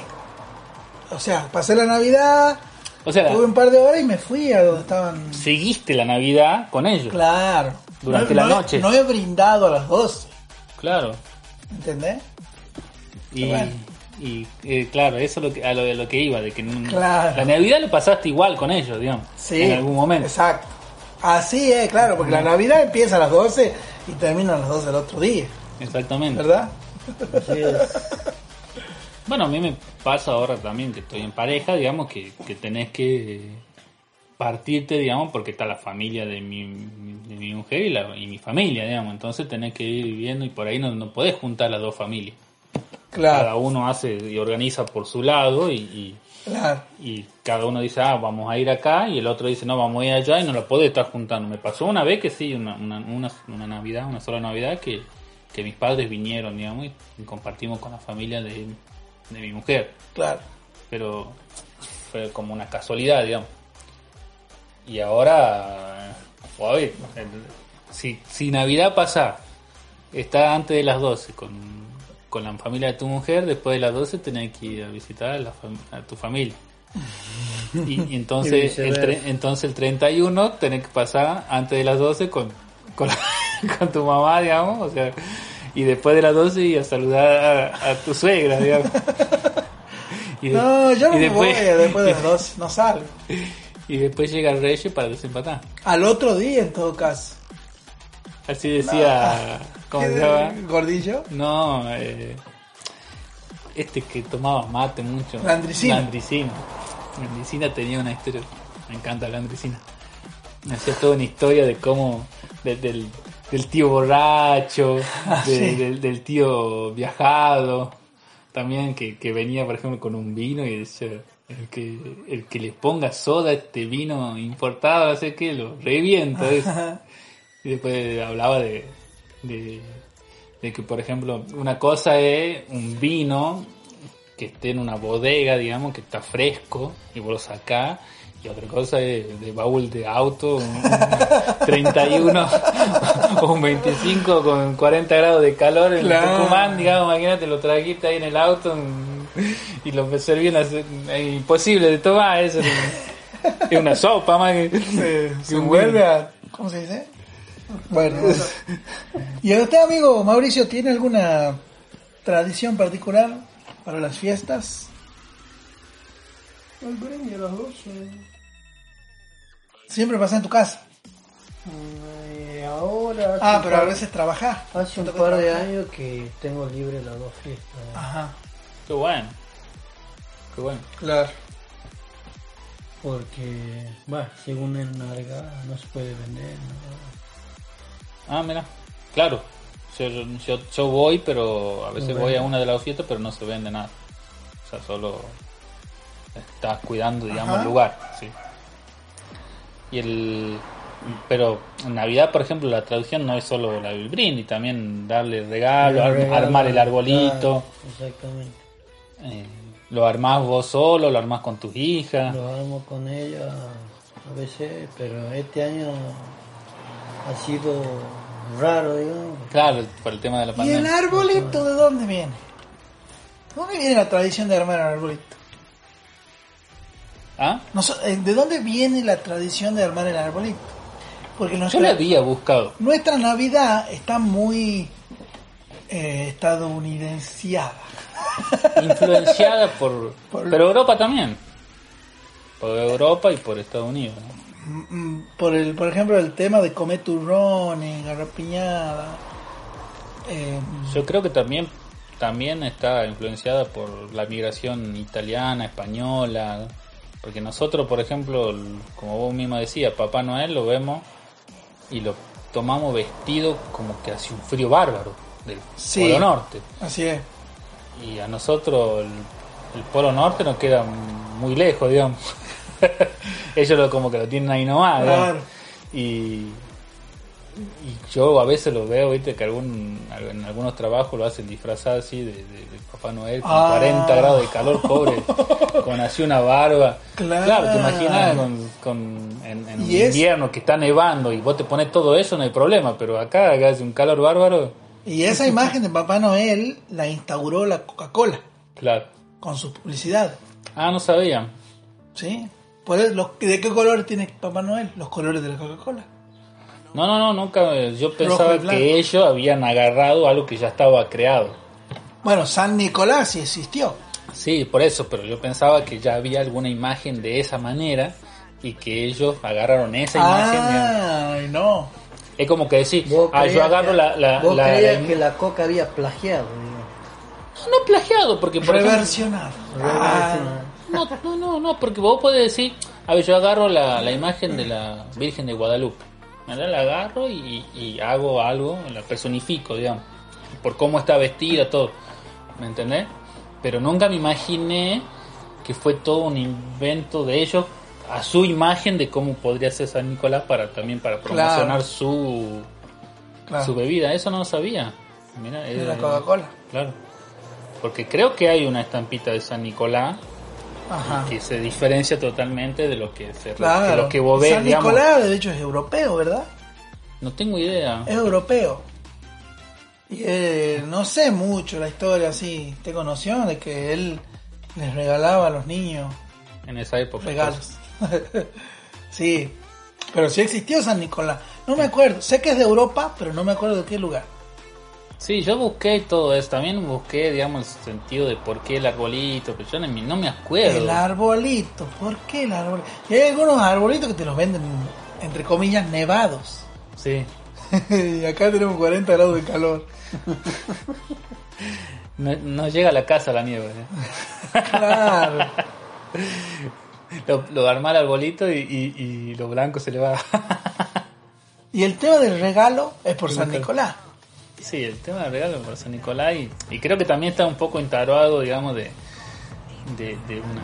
Speaker 1: O sea, pasé la Navidad,
Speaker 2: O sea,
Speaker 1: Tuve un par de horas y me fui a donde estaban.
Speaker 2: seguiste la Navidad con ellos. Claro.
Speaker 1: Claro.
Speaker 2: Durante
Speaker 1: No-
Speaker 2: la
Speaker 1: no he-
Speaker 2: noche.
Speaker 1: No he brindado a las 12, ¿entendés?
Speaker 2: Y,
Speaker 1: Bueno.
Speaker 2: y, eh, claro, eso es lo que, a lo, de lo que iba, de que nun-
Speaker 1: Claro.
Speaker 2: la Navidad lo pasaste igual con ellos, digamos.
Speaker 1: Sí.
Speaker 2: En algún momento.
Speaker 1: Exacto. Así es, claro, porque la Navidad empieza a las 12 y termina a las 12 del otro día,
Speaker 2: Exactamente.
Speaker 1: ¿verdad?
Speaker 3: Así es.
Speaker 2: Bueno, a mí me pasa ahora también que estoy en pareja, digamos, que, que tenés que eh, partirte, digamos, porque está la familia de mi, de mi mujer y, la, y mi familia, digamos. Entonces tenés que ir viviendo y por ahí no, no podés juntar las dos familias. Cada
Speaker 1: Claro,
Speaker 2: uno hace y organiza por su lado y, y-
Speaker 1: claro.
Speaker 2: y cada uno dice, ah, vamos a ir acá y el otro dice, no, vamos a ir allá y no la podés estar juntando. Me pasó una vez que sí, una, una, una, una Navidad, una sola Navidad, que, que mis padres vinieron, digamos, y compartimos con la familia de, de mi mujer
Speaker 1: Claro.
Speaker 2: pero fue como una casualidad, digamos. Y ahora, joder, el- si, si Navidad pasa, está antes de las 12 con, con la familia de tu mujer, después de las 12 tenés que ir a visitar a, la fam- a tu familia. Y, y entonces,
Speaker 3: Y
Speaker 2: el tre-
Speaker 3: viceversa.
Speaker 2: entonces el 31 tenés que pasar antes de las 12 con, con, la- con tu mamá, digamos, o sea, y después de las 12 y a saludar a, a tu suegra, digamos. Y de-
Speaker 1: No, yo no
Speaker 2: y
Speaker 1: me
Speaker 2: después,
Speaker 1: voy después de las 12, no salgo.
Speaker 2: Y después llega el Reyes para desempatar.
Speaker 1: Al otro día, en todo caso.
Speaker 2: Así decía. ¿Cómo se llama?
Speaker 1: ¿Gordillo?
Speaker 2: No, eh, este que tomaba mate mucho.
Speaker 1: Landricina.
Speaker 2: Landricina. Landricina tenía una historia. Me encanta Landricina. Me hacía toda una historia de cómo. de- del, del tío borracho,
Speaker 1: Ah,
Speaker 2: de-
Speaker 1: sí.
Speaker 2: del, del tío viajado. También que, que venía, por ejemplo, con un vino y decía. El que, el que le ponga soda a este vino importado, no sé qué, lo revienta. Y después hablaba de, de, de que, por ejemplo, una cosa es un vino que esté en una bodega, digamos, que está fresco y vos lo sacás. Y otra cosa es de baúl de auto, un, un 31 o un 25 con 40 grados de calor en
Speaker 1: Claro.
Speaker 2: Tucumán, digamos, imagínate, lo trajiste ahí en el auto mm, y lo servían así, eh, imposible de tomar, eso es- es una sopa más que...
Speaker 1: Se, se
Speaker 2: un
Speaker 1: Este, vuelve a... ¿Cómo se dice? Bueno. ¿Y a usted, amigo Mauricio, tiene alguna tradición particular para las fiestas?
Speaker 3: El gremio, los dos. eh.
Speaker 1: Siempre pasa en tu casa.
Speaker 3: Y Eh, ahora. hace
Speaker 1: Ah,
Speaker 3: un
Speaker 1: pero a
Speaker 3: par-
Speaker 1: veces trabajar.
Speaker 3: Hace un
Speaker 1: Te toca
Speaker 3: par de
Speaker 1: trabajar. Ah.
Speaker 3: años que tengo libre las dos fiestas. eh.
Speaker 1: Ajá,
Speaker 2: Qué bueno. Qué bueno.
Speaker 1: claro.
Speaker 3: Porque, bueno, según el Narga, no se puede vender.
Speaker 2: Ah, mira. Claro. Yo, yo, yo voy, pero a veces
Speaker 3: Bueno.
Speaker 2: voy a una de las fiestas, pero no se vende nada. O sea, solo estás cuidando, digamos,
Speaker 1: Ajá.
Speaker 2: el lugar. Sí. Y el. Pero en Navidad, por ejemplo, la traducción no es solo la del brindis, también darle regalo, Ah, ar- armar el arbolito.
Speaker 3: Claro, exactamente.
Speaker 2: eh, lo armás vos solo, lo armás con tus hijas.
Speaker 3: Lo armo con ella a veces, pero este año ha sido raro, digamos.
Speaker 2: Claro, por el tema de la
Speaker 1: ¿Y el
Speaker 2: pandemia.
Speaker 1: arbolito de dónde viene? ¿De dónde viene la tradición de armar el arbolito?
Speaker 2: ¿Ah?
Speaker 1: Noso- eh, ¿De dónde viene la tradición de armar el arbolito? Porque
Speaker 2: Yo
Speaker 1: nuestra,
Speaker 2: le había buscado.
Speaker 1: nuestra Navidad está muy eh, estadounidenseada.
Speaker 2: influenciada por,
Speaker 1: Por-
Speaker 2: pero Europa también por Europa y por Estados Unidos ¿no?
Speaker 1: Mm, mm, Por, el, por ejemplo, el tema de comer turrones, garrapiñada. eh,
Speaker 2: yo creo que también también está influenciada por la migración italiana española porque nosotros por ejemplo el- como vos misma decías Papá Noel lo vemos y lo tomamos vestido como que hace un frío bárbaro del
Speaker 1: Sí.
Speaker 2: Polo Norte
Speaker 1: así es.
Speaker 2: y a nosotros el, el Polo Norte nos queda muy lejos digamos ellos lo, como que lo tienen ahí nomás digamos.
Speaker 1: Claro.
Speaker 2: y, y yo a veces lo veo, viste, que algún, en algunos trabajos lo hacen disfrazado así de, de- de Papá Noel, con
Speaker 1: Ah.
Speaker 2: 40 grados de calor, pobre, con así una barba.
Speaker 1: Claro.
Speaker 2: te imaginas con, con- en, en un
Speaker 1: Y es-
Speaker 2: invierno que está nevando y vos te pones todo eso, no hay problema, pero acá, acá hace un calor bárbaro,
Speaker 1: Y esa imagen de Papá Noel la instauró la Coca-Cola
Speaker 2: claro.
Speaker 1: con su publicidad.
Speaker 2: Ah, no sabía.
Speaker 1: ¿Sí? Por eso, los- ¿De qué color tiene Papá Noel? Los colores de la Coca-Cola.
Speaker 2: No, no, no, nunca. eh, Yo pensaba
Speaker 1: blanco.
Speaker 2: que ellos habían agarrado algo que ya estaba creado.
Speaker 1: Bueno, San Nicolás sí existió.
Speaker 2: Sí, por eso, pero yo pensaba que ya había alguna imagen de esa manera y que ellos agarraron esa
Speaker 3: Ah.
Speaker 2: imagen. y-
Speaker 1: Ay, no.
Speaker 2: Es como que decir,
Speaker 3: Vos
Speaker 2: ah, yo
Speaker 3: creías
Speaker 2: agarro
Speaker 3: que-
Speaker 2: la... la,
Speaker 3: vos
Speaker 2: la-
Speaker 3: creías
Speaker 2: la-
Speaker 3: que la coca había plagiado. digamos.
Speaker 2: No plagiado, porque por ejemplo,
Speaker 1: Reversionar.
Speaker 3: Reversionar.
Speaker 1: Ah,
Speaker 2: No, no, no, no, porque vos podés decir, a ver, yo agarro la, la imagen de la Virgen de Guadalupe, ¿verdad? La agarro y, y hago algo, la personifico, digamos, por cómo está vestida, todo, ¿me entendés? Pero nunca me imaginé que fue todo un invento de ellos a su imagen de cómo podría ser San Nicolás para también para promocionar
Speaker 1: Claro.
Speaker 2: su,
Speaker 1: Claro.
Speaker 2: su bebida, eso no lo sabía. Mira,
Speaker 1: De
Speaker 2: eh,
Speaker 1: la Coca-Cola.
Speaker 2: Claro. Porque creo que hay una estampita de San Nicolás
Speaker 1: Ajá.
Speaker 2: que se diferencia totalmente de lo que se de
Speaker 1: Claro.
Speaker 2: lo que vos ves,
Speaker 1: San
Speaker 2: digamos.
Speaker 1: Nicolás, de hecho, es europeo, ¿verdad?
Speaker 2: No tengo idea.
Speaker 1: Es europeo. Y eh, no sé mucho la historia así. ¿Te conoció de que él les regalaba a los niños
Speaker 2: En esa época. pues.
Speaker 1: regalos? sí. Pero sí existió San Nicolás. No me acuerdo. Sé que es de Europa, pero no me acuerdo de qué lugar.
Speaker 2: Sí, yo busqué todo eso. También busqué, digamos, el sentido de por qué el arbolito. Pero yo no, me- no me acuerdo.
Speaker 1: El arbolito. ¿Por qué el arbolito? Y hay algunos arbolitos que te los venden, entre comillas, nevados.
Speaker 2: Sí.
Speaker 1: y acá tenemos 40 grados de calor.
Speaker 2: No, no llega a la casa la nieve. ¿eh?
Speaker 1: Claro.
Speaker 2: Lo, lo armá el arbolito y, y- y lo blanco se le va.
Speaker 1: Y el tema del regalo es por San Nicolás.
Speaker 2: Sí, el tema del regalo para San Nicolás y, y creo que también está un poco entaruado, digamos, de, de, de una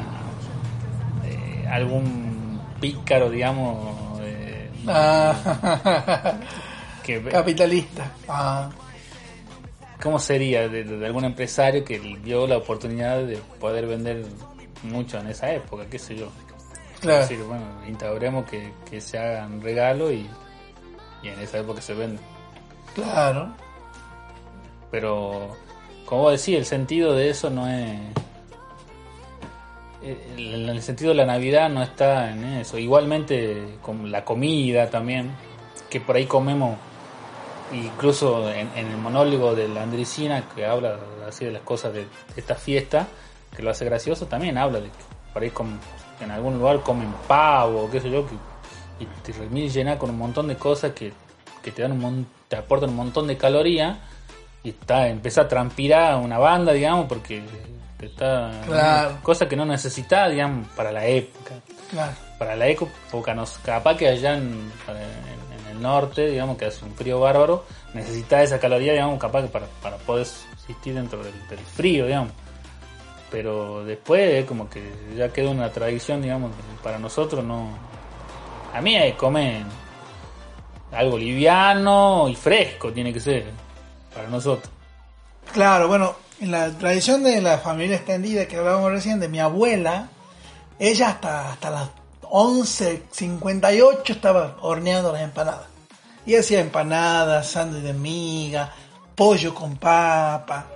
Speaker 2: de algún pícaro, digamos, eh,
Speaker 1: Ah,
Speaker 2: que
Speaker 1: capitalista. Ah,
Speaker 2: cómo sería de, de algún empresario que dio la oportunidad de poder vender mucho en esa época, qué sé yo.
Speaker 1: claro.
Speaker 2: Es decir, bueno, instauremos que, que se hagan regalo y, y en esa época se vende.
Speaker 1: Claro.
Speaker 2: Pero, como vos decís, el sentido de eso no es. El, el sentido de la Navidad no está en eso. Igualmente, con la comida también, que por ahí comemos, incluso en, en el monólogo de la Andricina, que habla así de las cosas de esta fiesta, que lo hace gracioso, también habla de que por ahí com- en algún lugar comen pavo, qué sé yo, que, y te remil llena con un montón de cosas que, que te, dan un mon- te aportan un montón de calorías y está, empieza a transpirar una banda, digamos, porque te está
Speaker 1: Claro.
Speaker 2: cosa que no necesitaba, digamos, para la época.
Speaker 1: Claro.
Speaker 2: Para la época, nos, capaz que allá en, para- en- en el norte, digamos, que hace un frío bárbaro, necesitaba esa caloría, digamos, capaz que para, para poder subsistir dentro del, del frío, digamos. Pero después, es como que ya quedó una tradición, digamos, que para nosotros no. A mí es comer algo liviano y fresco, tiene que ser, para nosotros.
Speaker 1: Claro, bueno, en la tradición de la familia extendida que hablábamos recién, de mi abuela, ella hasta, hasta las 11.58 estaba horneando las empanadas. Y hacía empanadas, sándwich de miga, pollo con papa,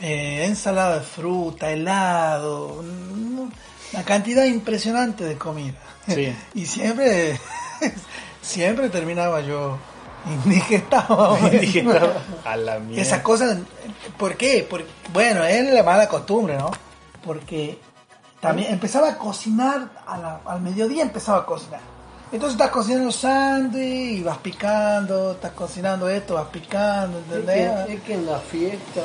Speaker 1: eh, ensalada de fruta, helado, mm, una cantidad impresionante de comida.
Speaker 2: Sí.
Speaker 1: y siempre, siempre terminaba yo indigestado.
Speaker 2: Y dije, no, a la mierda.
Speaker 1: Esas cosas, ¿por qué? Porque, bueno, es la mala costumbre, ¿no? Porque también empezaba a cocinar, a la- al mediodía empezaba a cocinar. Entonces estás cocinando sándwich y vas picando, estás cocinando esto, vas picando,
Speaker 3: Es que,
Speaker 1: ¿entendés?
Speaker 3: es que en la fiesta,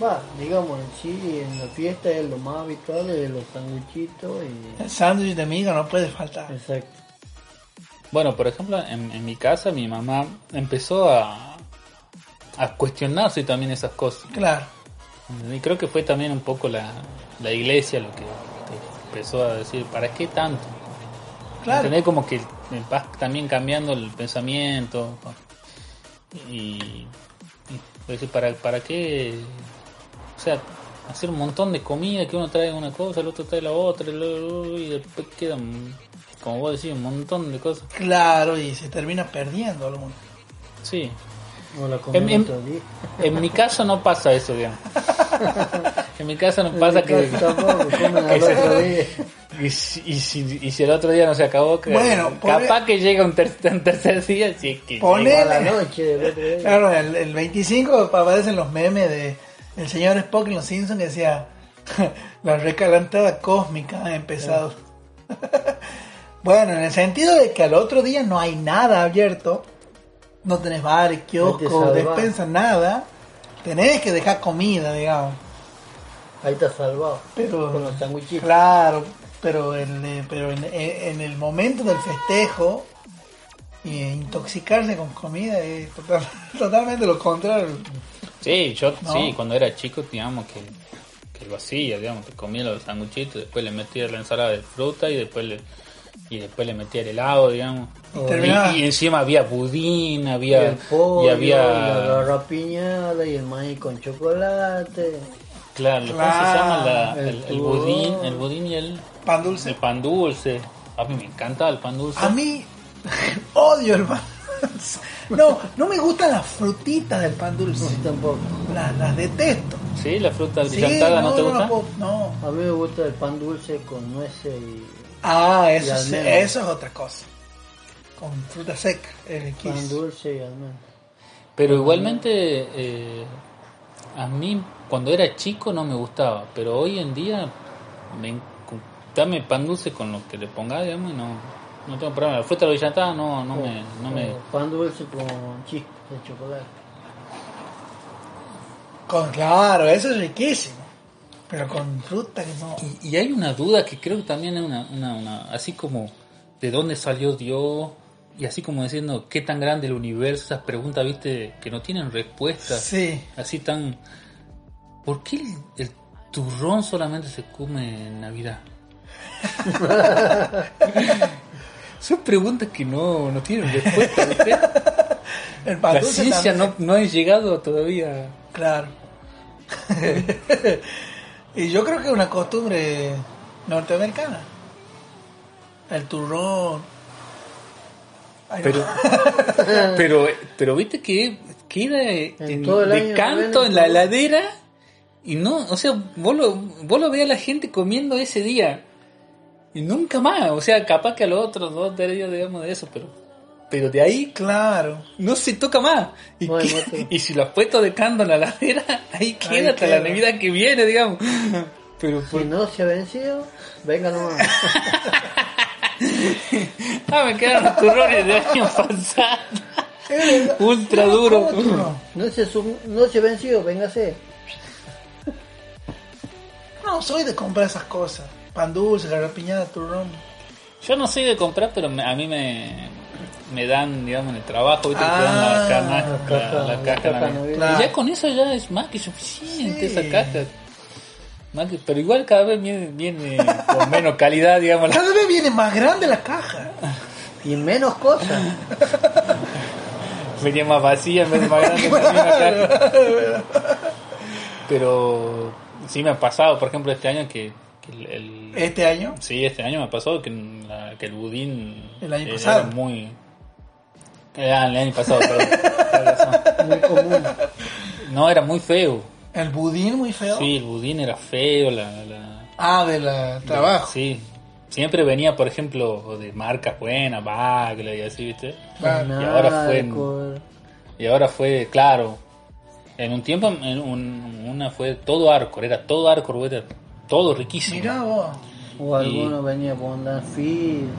Speaker 3: va, digamos en sí, en la fiesta es lo más habitual, es los sanguchitos y...
Speaker 1: El sándwich de miga no puede faltar.
Speaker 3: Exacto.
Speaker 2: Bueno, por ejemplo, en, en mi casa mi mamá empezó a, a cuestionarse también esas cosas.
Speaker 1: Claro,
Speaker 2: Y creo que fue también un poco la, la iglesia lo que este, empezó a decir, ¿para qué tanto?
Speaker 1: claro.
Speaker 2: ¿Entendés? Como que vas también cambiando el pensamiento. Y, y pues, ¿para, ¿para qué? O sea, hacer un montón de comida, que uno trae una cosa, el otro trae la otra, el otro- y después quedan, como vos decís, un montón de cosas.
Speaker 1: Claro, y se termina perdiendo alguno.
Speaker 2: Sí,
Speaker 3: O la
Speaker 2: En,
Speaker 3: comida
Speaker 2: en-
Speaker 3: todavía.
Speaker 2: en mi caso no pasa eso, digamos. En mi caso no
Speaker 3: En
Speaker 2: pasa
Speaker 3: mi
Speaker 2: que,
Speaker 3: casa tampoco, comen al
Speaker 2: que se-
Speaker 3: otro día.
Speaker 2: Y si, y, si, y si el otro día no se acabó, que-
Speaker 1: Bueno,
Speaker 2: capaz
Speaker 1: pone-
Speaker 2: que llega un, ter- un tercer día, si es que
Speaker 1: Pone-
Speaker 2: llega.
Speaker 3: A la noche, del otro día.
Speaker 2: Ah.
Speaker 1: Claro, el, el 25 aparecen los memes de el señor Spock en los Simpsons que decía la recalantada cósmica ha empezado. bueno, en el sentido de que al otro día no hay nada abierto, no tenés bares, kioscos,
Speaker 3: salvás.
Speaker 1: despensa, nada, tenés que dejar comida, digamos.
Speaker 3: Ahí está salvado.
Speaker 1: Pero,
Speaker 3: Con los sándwichitos.
Speaker 1: Claro, pero, en, eh, pero en, en- en el momento del festejo, eh, intoxicarse con comida es total- totalmente lo contrario.
Speaker 2: Sí, yo
Speaker 1: ¿No?
Speaker 2: sí, cuando era chico, digamos que, que lo hacía, digamos, que comía los sanguchitos, después le metía la ensalada de fruta y después le, y después le metía el helado, digamos.
Speaker 1: Y terminaba.
Speaker 2: Y, y encima había budín, había.
Speaker 3: Oh, Y el pollo,
Speaker 2: y
Speaker 3: y la
Speaker 2: había.
Speaker 3: rapiñada y el maíz con chocolate.
Speaker 2: Claro, ¿cómo se
Speaker 1: Claro,
Speaker 2: llama? La-
Speaker 3: el
Speaker 2: el, el
Speaker 3: pudor.
Speaker 2: budín, el budín y el,
Speaker 1: Pan
Speaker 2: el
Speaker 1: dulce.
Speaker 2: pan dulce. A mí me encantaba el pan dulce.
Speaker 1: A mí, odio el pan dulce. No, no me gustan las frutitas del pan dulce.
Speaker 3: Sí, tampoco.
Speaker 1: Las, las detesto.
Speaker 2: Sí, la fruta
Speaker 1: Sí,
Speaker 2: brillantada, ¿no, te
Speaker 1: no,
Speaker 2: gusta?
Speaker 1: no puedo- no.
Speaker 3: A mí me gusta el pan dulce con nueces y
Speaker 1: Ah, eso,
Speaker 3: Y
Speaker 1: sí,
Speaker 3: almendra.
Speaker 1: eso es otra cosa. Con fruta seca. El
Speaker 3: pan
Speaker 1: kiss.
Speaker 3: dulce y almendras.
Speaker 2: Pero igualmente, eh, a mí cuando era chico no me gustaba, pero hoy en día, me, en- con- dame pan dulce con lo que le ponga, digamos, y no, no tengo problema. La fruta brillantada no, no, me, Eh, no me...
Speaker 3: O Pan dulce con chispas de chocolate.
Speaker 1: Con, claro, eso es riquísimo. Pero con fruta que no.
Speaker 2: Y, y hay una duda que creo que también es una, una, una- así como, ¿de dónde salió Dios? Y así como diciendo, ¿qué tan grande el universo? Esas preguntas, viste, que no tienen respuesta.
Speaker 1: Sí.
Speaker 2: Así tan... ¿Por qué el, el turrón solamente se come en Navidad? Son preguntas que no, no tienen respuesta. ¿viste?
Speaker 1: El pan
Speaker 2: La
Speaker 1: dulce
Speaker 2: ciencia
Speaker 1: también.
Speaker 2: no, no ha llegado todavía.
Speaker 1: Claro. y yo creo que es una costumbre norteamericana. El turrón. Ay,
Speaker 2: Pero,
Speaker 1: no.
Speaker 2: pero, pero viste que queda en-
Speaker 3: todo el
Speaker 2: de
Speaker 3: año
Speaker 2: canto
Speaker 3: comen
Speaker 2: en la
Speaker 3: todo.
Speaker 2: heladera y no, o sea, vos lo, vos lo veas a la gente comiendo ese día y nunca más. O sea, capaz que a los otros dos, tres días digamos de eso, pero, pero de ahí
Speaker 1: Claro.
Speaker 2: no se toca más. Y,
Speaker 3: Bueno,
Speaker 2: que-
Speaker 3: otro.
Speaker 2: y si lo has puesto de canto en la ladera, ahí queda hasta la
Speaker 1: queda.
Speaker 2: Navidad que viene, digamos. Pero
Speaker 3: Si
Speaker 2: por-
Speaker 3: no se ha vencido, venga nomás.
Speaker 2: Ah, me quedaron los turrones del año pasado.
Speaker 1: Es verdad.
Speaker 2: Ultra
Speaker 1: Yo no
Speaker 2: duro.
Speaker 1: como turrón.
Speaker 3: No se, sum- no se ha vencido, véngase.
Speaker 1: No, soy de comprar esas cosas. Pan dulce, garrapiñada, turrón.
Speaker 2: Yo no soy de comprar, pero me- a mí me, me dan, digamos, en el trabajo, ¿viste? Que te
Speaker 1: Ah,
Speaker 2: dan la caja,
Speaker 1: la
Speaker 2: la,
Speaker 3: caja,
Speaker 2: la
Speaker 3: la
Speaker 2: caja
Speaker 3: caja
Speaker 2: navideña.
Speaker 3: navideña.
Speaker 2: Y ya con eso ya es más que suficiente
Speaker 1: Sí.
Speaker 2: esa caja. Más que- pero igual cada vez viene, viene con menos calidad, digamos. la-
Speaker 1: Cada vez viene más grande la caja.
Speaker 3: Y menos cosas.
Speaker 2: Venía más vacía en vez de más grande. en la misma caja. Pero sí me ha pasado, por ejemplo, este año que, que el, el-
Speaker 1: Este año.
Speaker 2: Sí, este año me ha pasado que, la- que el budín... eh,
Speaker 1: El año
Speaker 2: era
Speaker 1: pasado.
Speaker 2: muy... Ah, el año pasado, perdón. Tenés razón.
Speaker 3: Muy común.
Speaker 2: No, era muy feo.
Speaker 1: El budín muy feo.
Speaker 2: Sí, el budín era feo, la... la-
Speaker 1: Ah, de la trabajo.
Speaker 2: Sí. Siempre venía, por ejemplo, de marcas buenas, Bagler y así, ¿viste?
Speaker 1: Claro.
Speaker 2: Y ahora fue en-
Speaker 3: Alcohol.
Speaker 2: Y ahora fue, claro, en un tiempo, en un- una fue todo Arcor, era todo Arcor, güey, era todo riquísimo.
Speaker 1: Mirá vos.
Speaker 3: O alguno venía con Danfil.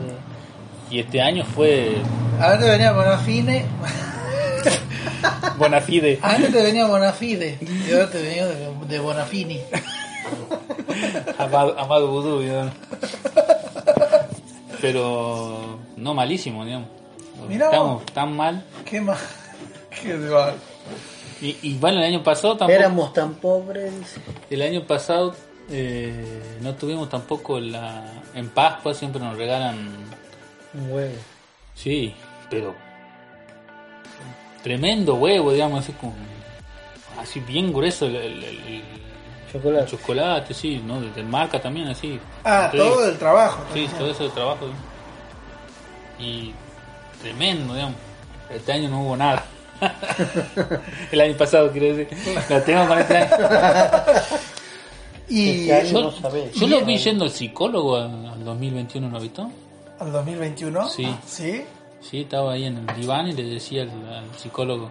Speaker 2: Y este año fue
Speaker 1: Antes venía Bonafide.
Speaker 2: Bonafide.
Speaker 1: Antes te venía Bonafide. Y ahora te venía de, de Bonafini.
Speaker 2: Amado, amado vudú, digamos. Pero no malísimo, digamos.
Speaker 1: Mirá
Speaker 2: Estamos
Speaker 1: vos.
Speaker 2: tan mal.
Speaker 1: Qué más. Qué mal.
Speaker 2: Y, y bueno, el año pasado tampoco.
Speaker 3: Éramos tan pobres, dice.
Speaker 2: El año pasado eh, no tuvimos tampoco la. En Pascua siempre nos regalan.
Speaker 3: Un huevo.
Speaker 2: Sí, pero. Tremendo huevo, digamos, así como. Así bien grueso el, el- el- el- el
Speaker 3: Chocolate.
Speaker 2: chocolate, sí, ¿no? De, de marca también, así.
Speaker 1: Ah,
Speaker 2: Te digo.
Speaker 1: todo el trabajo.
Speaker 2: Sí, todo eso de trabajo. digamos. Y tremendo, digamos. Este año no hubo nada. El año pasado, quiero decir. La tengo con este año.
Speaker 1: Y
Speaker 3: Este año
Speaker 1: el-
Speaker 2: Yo,
Speaker 3: no sabés.
Speaker 2: yo lo vi yendo al psicólogo a- al 2021, ¿no visto?
Speaker 1: al 2021,
Speaker 2: Sí.
Speaker 1: sí,
Speaker 2: Sí, estaba ahí en el diván y le decía al, al psicólogo,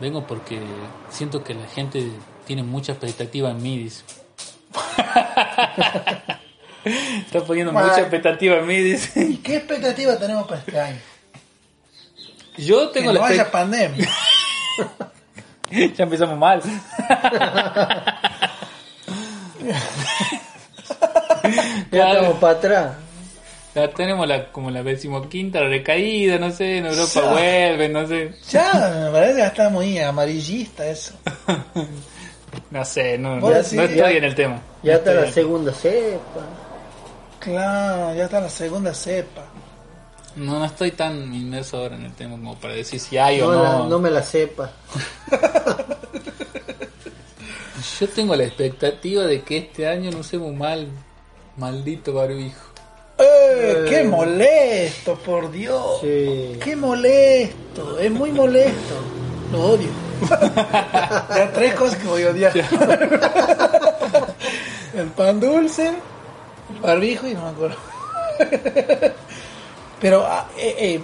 Speaker 2: vengo porque siento que la gente tiene mucha expectativa en mí, dice. Está poniendo
Speaker 1: Bueno.
Speaker 2: mucha expectativa en mí, dice.
Speaker 1: ¿Y qué expectativa tenemos para este año?
Speaker 2: Yo
Speaker 1: Que
Speaker 2: tengo
Speaker 1: no
Speaker 2: la
Speaker 1: haya
Speaker 2: expectativa...
Speaker 1: pandemia.
Speaker 2: ya empezamos mal.
Speaker 3: Ya
Speaker 2: Ya,
Speaker 3: estamos para atrás.
Speaker 2: ya tenemos la, como la decimoquinta recaída, no sé, en Europa
Speaker 1: Ya.
Speaker 2: vuelve, no sé.
Speaker 1: Ya, me parece que está muy amarillista eso.
Speaker 2: No sé, no, no,
Speaker 1: Vos decís,
Speaker 2: no estoy
Speaker 1: ya.
Speaker 2: en el tema.
Speaker 3: Ya está
Speaker 2: Este,
Speaker 3: la segunda cepa.
Speaker 1: Claro, ya está la segunda cepa.
Speaker 2: No, no estoy tan inmerso ahora en el tema como para decir si hay
Speaker 3: No,
Speaker 2: o
Speaker 3: la-
Speaker 2: no.
Speaker 3: no me la sepa.
Speaker 2: Yo tengo la expectativa de que este año no usemos mal, maldito barbijo.
Speaker 1: ¡Eh, ¡Qué molesto, por Dios!
Speaker 3: Sí.
Speaker 1: ¡Qué molesto! Es muy molesto. Lo odio. ya tres cosas que voy a odiar. el pan dulce, el barbijo y no me acuerdo. Pero ah, eh, eh,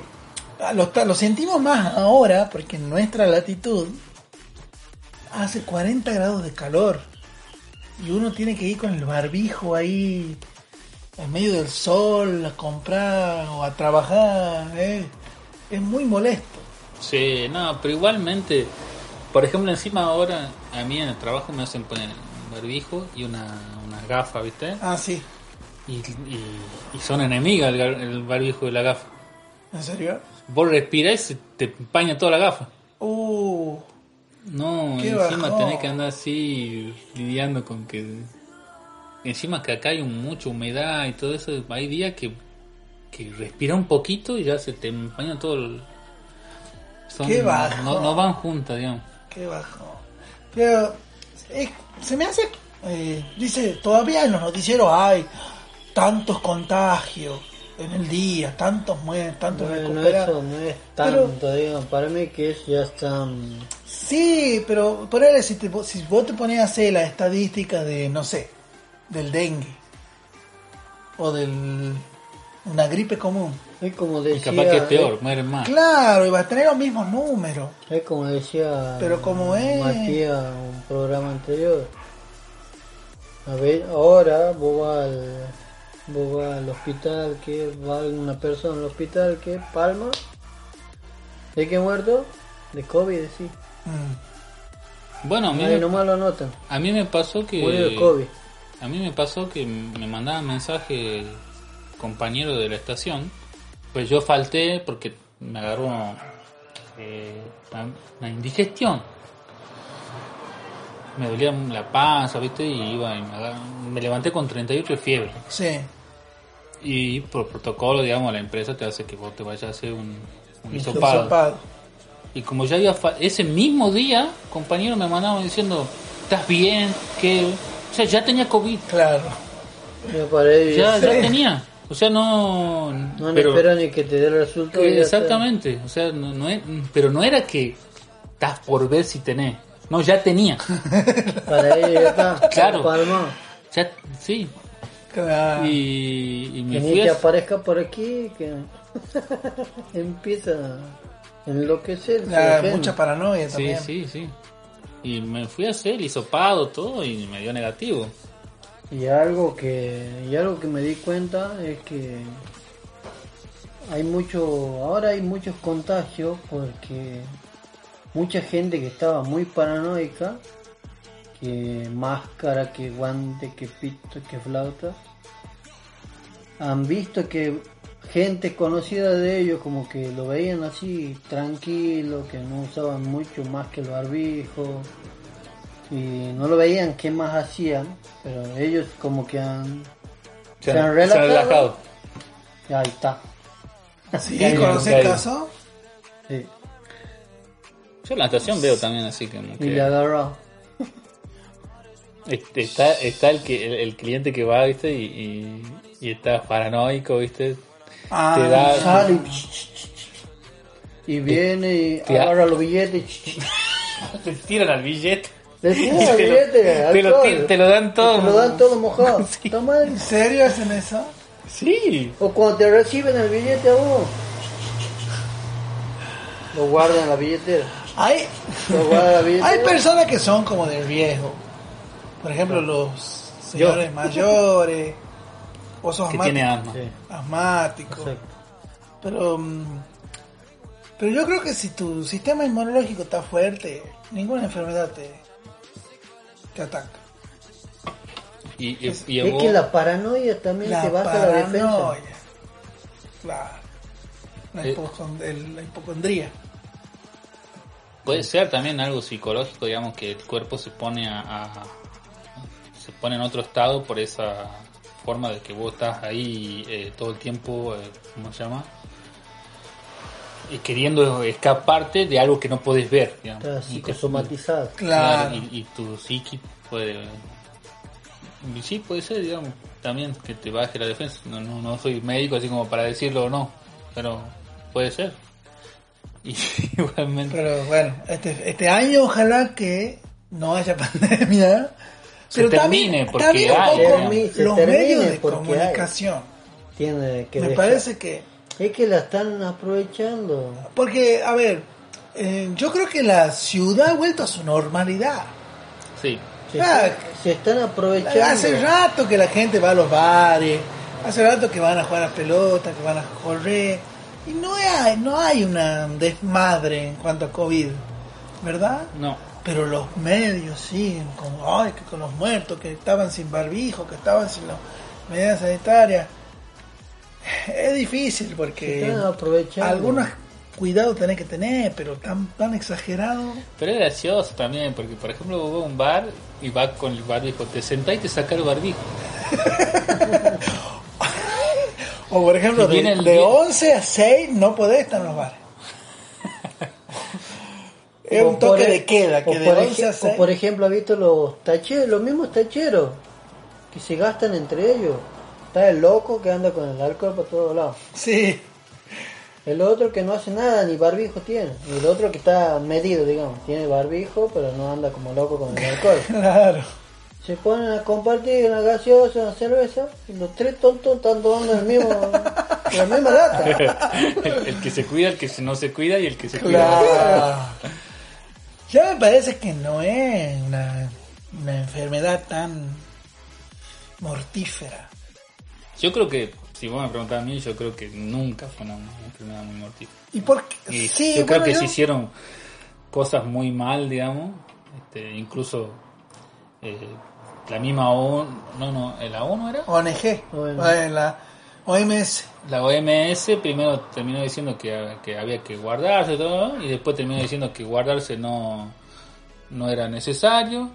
Speaker 1: ah, lo, ta- lo sentimos más ahora porque en nuestra latitud hace 40 grados de calor y uno tiene que ir con el barbijo ahí en medio del sol a comprar o a trabajar. ¿eh? Es muy molesto.
Speaker 2: Sí, no, pero igualmente, por ejemplo, encima ahora a mí en el trabajo me hacen poner un barbijo y una, unas gafas, ¿viste?
Speaker 1: Ah, sí.
Speaker 2: Y, y- y son enemigas el, gar- el barbijo y la gafa.
Speaker 1: ¿En serio?
Speaker 2: Vos respirás y se te empaña toda la gafa.
Speaker 1: Uh,
Speaker 2: No,
Speaker 1: Qué
Speaker 2: encima
Speaker 1: bajón.
Speaker 2: tenés que andar así lidiando con que... Encima que acá hay un- mucha humedad y todo eso, hay días que, que respira un poquito y ya se te empaña todo el... son-
Speaker 1: Qué bajón.
Speaker 2: No, no van juntas, digamos.
Speaker 1: qué bajo. Pero eh, se me hace... eh, dice, todavía en los noticieros hay tantos contagios en el día, tantos muertos, tantos
Speaker 3: Bueno,
Speaker 1: recuperados.
Speaker 3: eso no es
Speaker 1: Pero-
Speaker 3: tanto, digo, para mí que eso ya está... mm,
Speaker 1: Sí, pero por ahí si, te, si vos te pones a hacer las estadísticas de, no sé, del dengue o del una gripe común.
Speaker 3: Es como
Speaker 2: Y
Speaker 3: decía...
Speaker 2: capaz que es peor,
Speaker 3: es-
Speaker 2: mueren más.
Speaker 1: Claro, y vas a tener los mismos números.
Speaker 3: Es, como decía
Speaker 1: Pero como es.
Speaker 3: Matías en un programa anterior. A ver, ahora vos vas al, vos vas al hospital, que va una persona al hospital, que palma. ¿De qué muerto? De COVID, sí.
Speaker 1: Mm.
Speaker 2: Bueno, a mí,
Speaker 3: Ahí
Speaker 2: me,
Speaker 3: nomás lo anotan.
Speaker 2: a mí me pasó que...
Speaker 3: Murió de COVID.
Speaker 2: A mí me pasó que me mandaban mensaje el compañero de la estación, pues yo falté porque me agarró eh, una, una indigestión. Me dolía la panza, ¿viste? Y iba y me, agarró- me levanté con 38 de fiebre.
Speaker 1: Sí,
Speaker 2: Y por protocolo, digamos, la empresa te hace que vos te vayas a hacer un, un hisopado.
Speaker 1: hisopado.
Speaker 2: Y como ya había fa- ese mismo día, compañero me mandaban diciendo, ¿estás bien? ¿Qué? O sea, ya tenía COVID.
Speaker 1: Claro.
Speaker 3: Me parece.
Speaker 2: ya, ya
Speaker 1: Sí.
Speaker 2: tenía. O sea, no.
Speaker 3: No
Speaker 2: pero-
Speaker 3: espera ni que te dé el resultado.
Speaker 2: eh,
Speaker 3: ya está.
Speaker 2: exactamente. O sea, no, no es- pero no era que estás por ver si tenés. No, ya tenía.
Speaker 3: Para ella ya está.
Speaker 2: Claro.
Speaker 3: Palma.
Speaker 2: Ya, sí.
Speaker 1: claro.
Speaker 2: Y, y me
Speaker 3: Que ni
Speaker 2: fui
Speaker 3: Ah. que
Speaker 2: a-
Speaker 3: aparezca por aquí, que empieza a enloquecerse.
Speaker 1: Ya,
Speaker 2: Ah,
Speaker 3: la gente.
Speaker 1: mucha paranoia
Speaker 2: Sí,
Speaker 1: también.
Speaker 2: sí, sí. Y me fui a hacer el hisopado, todo, y me dio negativo.
Speaker 3: Y algo que y algo que me di cuenta es que hay mucho ahora hay muchos contagios porque mucha gente que estaba muy paranoica que máscara, que guante, que pito, que flauta han visto que gente conocida de ellos como que lo veían así tranquilo, que no usaban mucho más que el barbijo y no lo veían qué más hacían, pero ellos como que han... Se han relajado. Ahí está.
Speaker 1: Sí,
Speaker 2: Caído,
Speaker 1: conocí el
Speaker 2: caído.
Speaker 1: caso.
Speaker 3: Sí.
Speaker 2: Yo en la estación veo también así que. como
Speaker 3: Y
Speaker 2: que-
Speaker 3: le agarró.
Speaker 2: Este, Está, está el, que, el, el cliente que va, ¿viste? Y, y- y está paranoico, ¿viste?
Speaker 1: Ah,
Speaker 2: te da,
Speaker 3: Sale y... Y viene y
Speaker 2: Te-
Speaker 3: agarra los billetes.
Speaker 2: Te tiran al billete.
Speaker 4: Decía, billete,
Speaker 2: Te lo, ti-
Speaker 4: alcohol.
Speaker 2: te lo dan todo.
Speaker 4: Te lo dan todo mojado.
Speaker 2: Sí.
Speaker 4: Está mal.
Speaker 1: ¿En serio hacen eso?
Speaker 2: Sí.
Speaker 4: O cuando te reciben el billete a vos. Lo guardan en la billetera.
Speaker 1: Hay,
Speaker 4: Lo guardan en la billetera.
Speaker 1: hay personas que son como del viejo. Por ejemplo, los señores mayores, o son
Speaker 2: Que tiene
Speaker 1: asmáticos.
Speaker 2: alma.
Speaker 3: Sí,
Speaker 1: asmáticos.
Speaker 3: exacto.
Speaker 1: Pero, mm, pero yo creo que si tu sistema inmunológico está fuerte, ninguna enfermedad te, te ataca.
Speaker 2: Y, y, y a
Speaker 4: Es
Speaker 2: vos-
Speaker 4: que la paranoia también te baja la defensa.
Speaker 1: La, la,
Speaker 2: Eh.
Speaker 1: hipocond- el- la hipocondría.
Speaker 2: puede ser también algo psicológico, digamos, que el cuerpo se pone a, a- se pone en otro estado por esa forma de que vos estás ahí eh, todo el tiempo, eh, ¿cómo se llama? Y queriendo escaparte de algo que no podés ver, digamos.
Speaker 4: Está
Speaker 2: Y te-
Speaker 4: psicosomatizada.
Speaker 1: Claro.
Speaker 2: Y, y tu psiqui puede. y Sí, puede ser, digamos, también que te baje la defensa. No, no, no soy médico, así como para decirlo o no, pero puede ser. Y igualmente.
Speaker 1: Pero bueno, este, este año ojalá que no haya pandemia.
Speaker 2: Se termine, porque
Speaker 1: también un
Speaker 2: hay,
Speaker 1: poco
Speaker 4: digamos. Se
Speaker 1: los
Speaker 4: termine
Speaker 1: medios de
Speaker 4: porque hay.
Speaker 1: comunicación.
Speaker 4: Tiene que
Speaker 1: Me
Speaker 4: dejar.
Speaker 1: parece que
Speaker 4: Es que la están aprovechando.
Speaker 1: Porque, a ver, eh, yo creo que la ciudad ha vuelto a su normalidad.
Speaker 2: Sí,
Speaker 4: Se,
Speaker 1: Ah,
Speaker 4: están, se están aprovechando.
Speaker 1: Hace rato que la gente va a los bares, hace rato que van a jugar a pelota, que van a correr. Y no hay, no hay una desmadre en cuanto a COVID, ¿verdad?
Speaker 2: no.
Speaker 1: Pero los medios siguen como, ay, que con los muertos, que estaban sin barbijo, que estaban sin las medidas sanitarias. Es difícil
Speaker 4: Se
Speaker 1: porque
Speaker 4: están aprovechando.
Speaker 1: algunos cuidados tenés que tener, pero tan, tan exagerado.
Speaker 2: Pero es gracioso también, porque por ejemplo vos vas a un bar y vas con el barbijo, te sentás y te saca el barbijo.
Speaker 1: O por ejemplo,
Speaker 2: Y viene
Speaker 1: de,
Speaker 2: el
Speaker 1: de
Speaker 2: día-
Speaker 1: 11 a 6 no podés estar en los bares. es
Speaker 4: O
Speaker 1: un toque
Speaker 4: por e-
Speaker 1: de queda,
Speaker 4: o
Speaker 1: que de
Speaker 4: por
Speaker 1: 11 a
Speaker 4: ej-
Speaker 1: 6...
Speaker 4: O
Speaker 3: e-
Speaker 4: por ejemplo, ha visto los tacheros, los mismos tacheros que se gastan entre ellos. Está el loco que anda con el alcohol por todos lados.
Speaker 1: Sí,
Speaker 4: El otro que no hace nada, ni barbijo tiene. Y el otro que está medido, digamos. Tiene barbijo, pero no anda como loco con el alcohol.
Speaker 1: claro.
Speaker 4: Se ponen a compartir una gaseosa, una cerveza, y los tres tontos están tomando el mismo, la misma lata.
Speaker 2: el, el que se cuida, el que se- no se cuida y el que se
Speaker 1: Claro. Ya me parece que no es una, una enfermedad tan mortífera.
Speaker 2: cuida. Yo creo que, si vos me preguntás a mí, yo creo que nunca fue una enfermedad muy mortífera.
Speaker 1: ¿Y por qué?
Speaker 2: Y
Speaker 1: sí,
Speaker 2: yo creo
Speaker 1: bueno,
Speaker 2: que
Speaker 1: yo-
Speaker 2: se hicieron cosas muy mal, digamos. Este, incluso eh, la misma ONU, no, no, ¿la ONU era?
Speaker 1: ONG,
Speaker 4: Bueno.
Speaker 1: eh, la OMS.
Speaker 2: La OMS primero terminó diciendo que, que había que guardarse todo, y después terminó diciendo que guardarse no, no era necesario.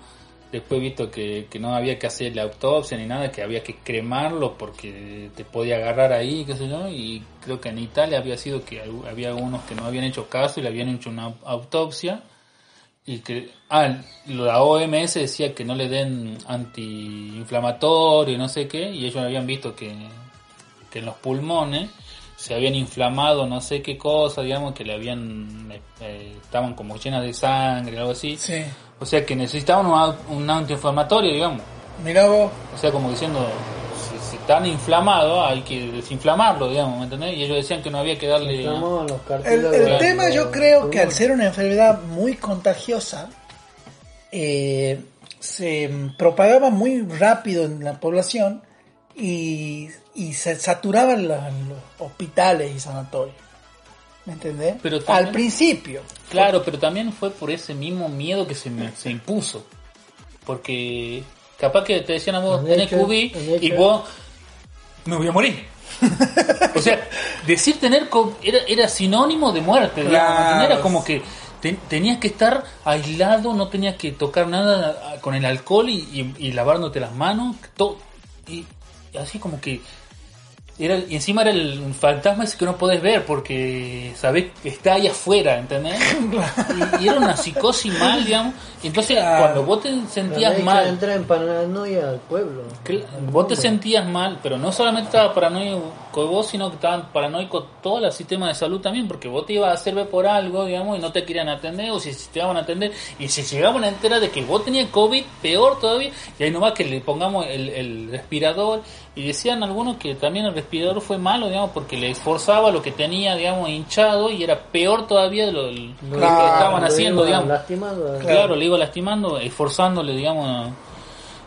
Speaker 2: Después visto que, que no había que hacer la autopsia ni nada, que había que cremarlo porque te podía agarrar ahí, qué sé yo. Y creo que en Italia había sido que al- había algunos que no habían hecho caso y le habían hecho una autopsia. Y que, ah, la OMS decía que no le den antiinflamatorio y no sé qué, y ellos habían visto que, que en los pulmones se habían inflamado no sé qué cosa, digamos, que le habían, eh, estaban como llenas de sangre, algo así.
Speaker 1: Sí.
Speaker 2: O sea que necesitaban un, au- un antiinflamatorio, digamos.
Speaker 1: Mirá vos.
Speaker 2: O sea, como diciendo, si, si están inflamados, hay que desinflamarlo, digamos, ¿me entendés? Y ellos decían que no había que darle...
Speaker 4: Estamos los
Speaker 1: El,
Speaker 4: cartílagos.
Speaker 1: el
Speaker 2: Claro.
Speaker 1: tema yo creo que al ser una enfermedad muy contagiosa, eh, se mm, propagaba muy rápido en la población y, y se saturaban los, los hospitales y sanatorios. ¿Me entendés?
Speaker 2: Pero también-
Speaker 1: al principio.
Speaker 2: Claro, pero también fue por ese mismo miedo que se, me- se impuso. Porque capaz que te decían a vos,
Speaker 4: Han
Speaker 2: tenés
Speaker 4: hecho-
Speaker 2: COVID
Speaker 4: han hecho-
Speaker 2: y vos, me voy a morir. o sea, decir tener COVID era, era sinónimo de muerte. digamos, ¿entendés? Era
Speaker 1: Claro.
Speaker 2: como que te- tenías que estar aislado, no tenías que tocar nada ah, con el alcohol y, y- y lavándote las manos. to- y, y así como que Era, el- y encima era el fantasma ese que no podés ver porque sabés que está ahí afuera, ¿entendés? Y, y era una psicosis mal, digamos. Y entonces
Speaker 1: Claro.
Speaker 2: cuando vos te sentías mal,
Speaker 4: entra en paranoia al pueblo.
Speaker 2: Cl- Vos te sentías mal, pero no solamente estaba paranoico vos, sino que estaban paranoico todo el sistema de salud también, porque vos te ibas a hacer ver por algo, digamos, y no te querían atender, o si si te iban a atender, y si llegaban a enterar de que vos tenías COVID, peor todavía, y ahí nomás que le pongamos el, el respirador, y decían algunos que también el respirador fue malo, digamos, porque le esforzaba lo que tenía, digamos, hinchado, y era peor todavía de lo, lo
Speaker 1: Claro,
Speaker 2: que estaban
Speaker 4: Lo eh,
Speaker 2: haciendo,
Speaker 4: iba
Speaker 2: digamos.
Speaker 4: Lastimando.
Speaker 2: Claro, le iba lastimando, esforzándole, digamos.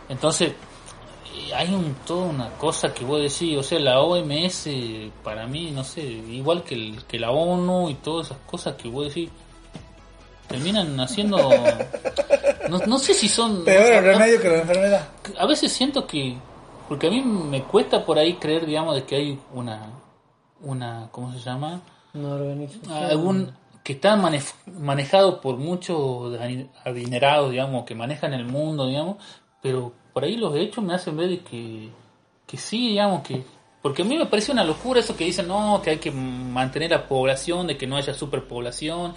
Speaker 2: Entonces, eh, hay un, toda una cosa que vos decís, o sea, la OMS, para mí, no sé, igual que, el- que la ONU y todas esas cosas que vos decís, terminan haciendo... No, no sé si son...
Speaker 1: Peor el
Speaker 2: a- a-
Speaker 1: remedio que la enfermedad.
Speaker 2: a veces siento que porque a mí me cuesta por ahí creer digamos de que hay una una cómo se llama
Speaker 4: Una organización.
Speaker 2: Ah, algún que está manef- manejado por muchos ani- adinerados digamos que manejan el mundo digamos pero por ahí los hechos me hacen ver de que que sí digamos que porque a mí me parece una locura eso que dicen no que hay que mantener la población de que no haya superpoblación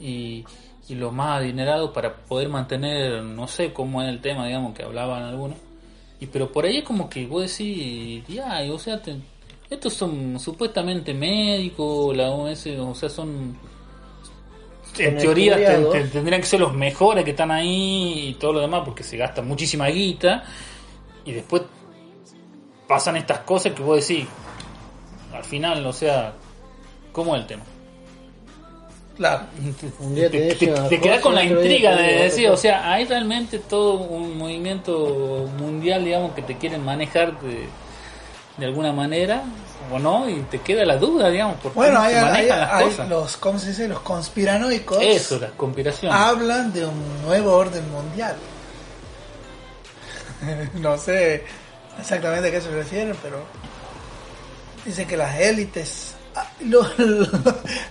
Speaker 2: y y los más adinerados para poder mantener no sé cómo era el tema digamos que hablaban algunos y pero por ahí es como que vos decís, ya, y, o sea, te- estos son supuestamente médicos, la OMS, o sea, son... En
Speaker 4: Son
Speaker 2: teoría te-
Speaker 4: estudiados.
Speaker 2: te- tendrían que ser los mejores que están ahí y todo lo demás porque se gasta muchísima guita y después pasan estas cosas que vos decís, al final, o sea, ¿cómo es el tema?
Speaker 1: Claro.
Speaker 4: Un
Speaker 2: te,
Speaker 4: día te dicen una
Speaker 2: quedas
Speaker 4: cosa,
Speaker 2: con la
Speaker 4: otro día
Speaker 2: intriga
Speaker 4: te
Speaker 2: de
Speaker 4: dicen
Speaker 2: decir,
Speaker 4: otra.
Speaker 2: o sea, hay realmente todo un movimiento mundial, digamos, que te quieren manejar de, de alguna manera o no, y te queda la duda, digamos, por
Speaker 1: Bueno,
Speaker 2: cómo
Speaker 1: hay,
Speaker 2: se
Speaker 1: hay-
Speaker 2: manejan las
Speaker 1: hay
Speaker 2: cosas.
Speaker 1: los, ¿cómo se dice? Los conspiranoicos
Speaker 2: Eso, las conspiraciones.
Speaker 1: hablan de un nuevo orden mundial. no sé exactamente a qué se refieren, pero dicen que las élites ah, lo, lo,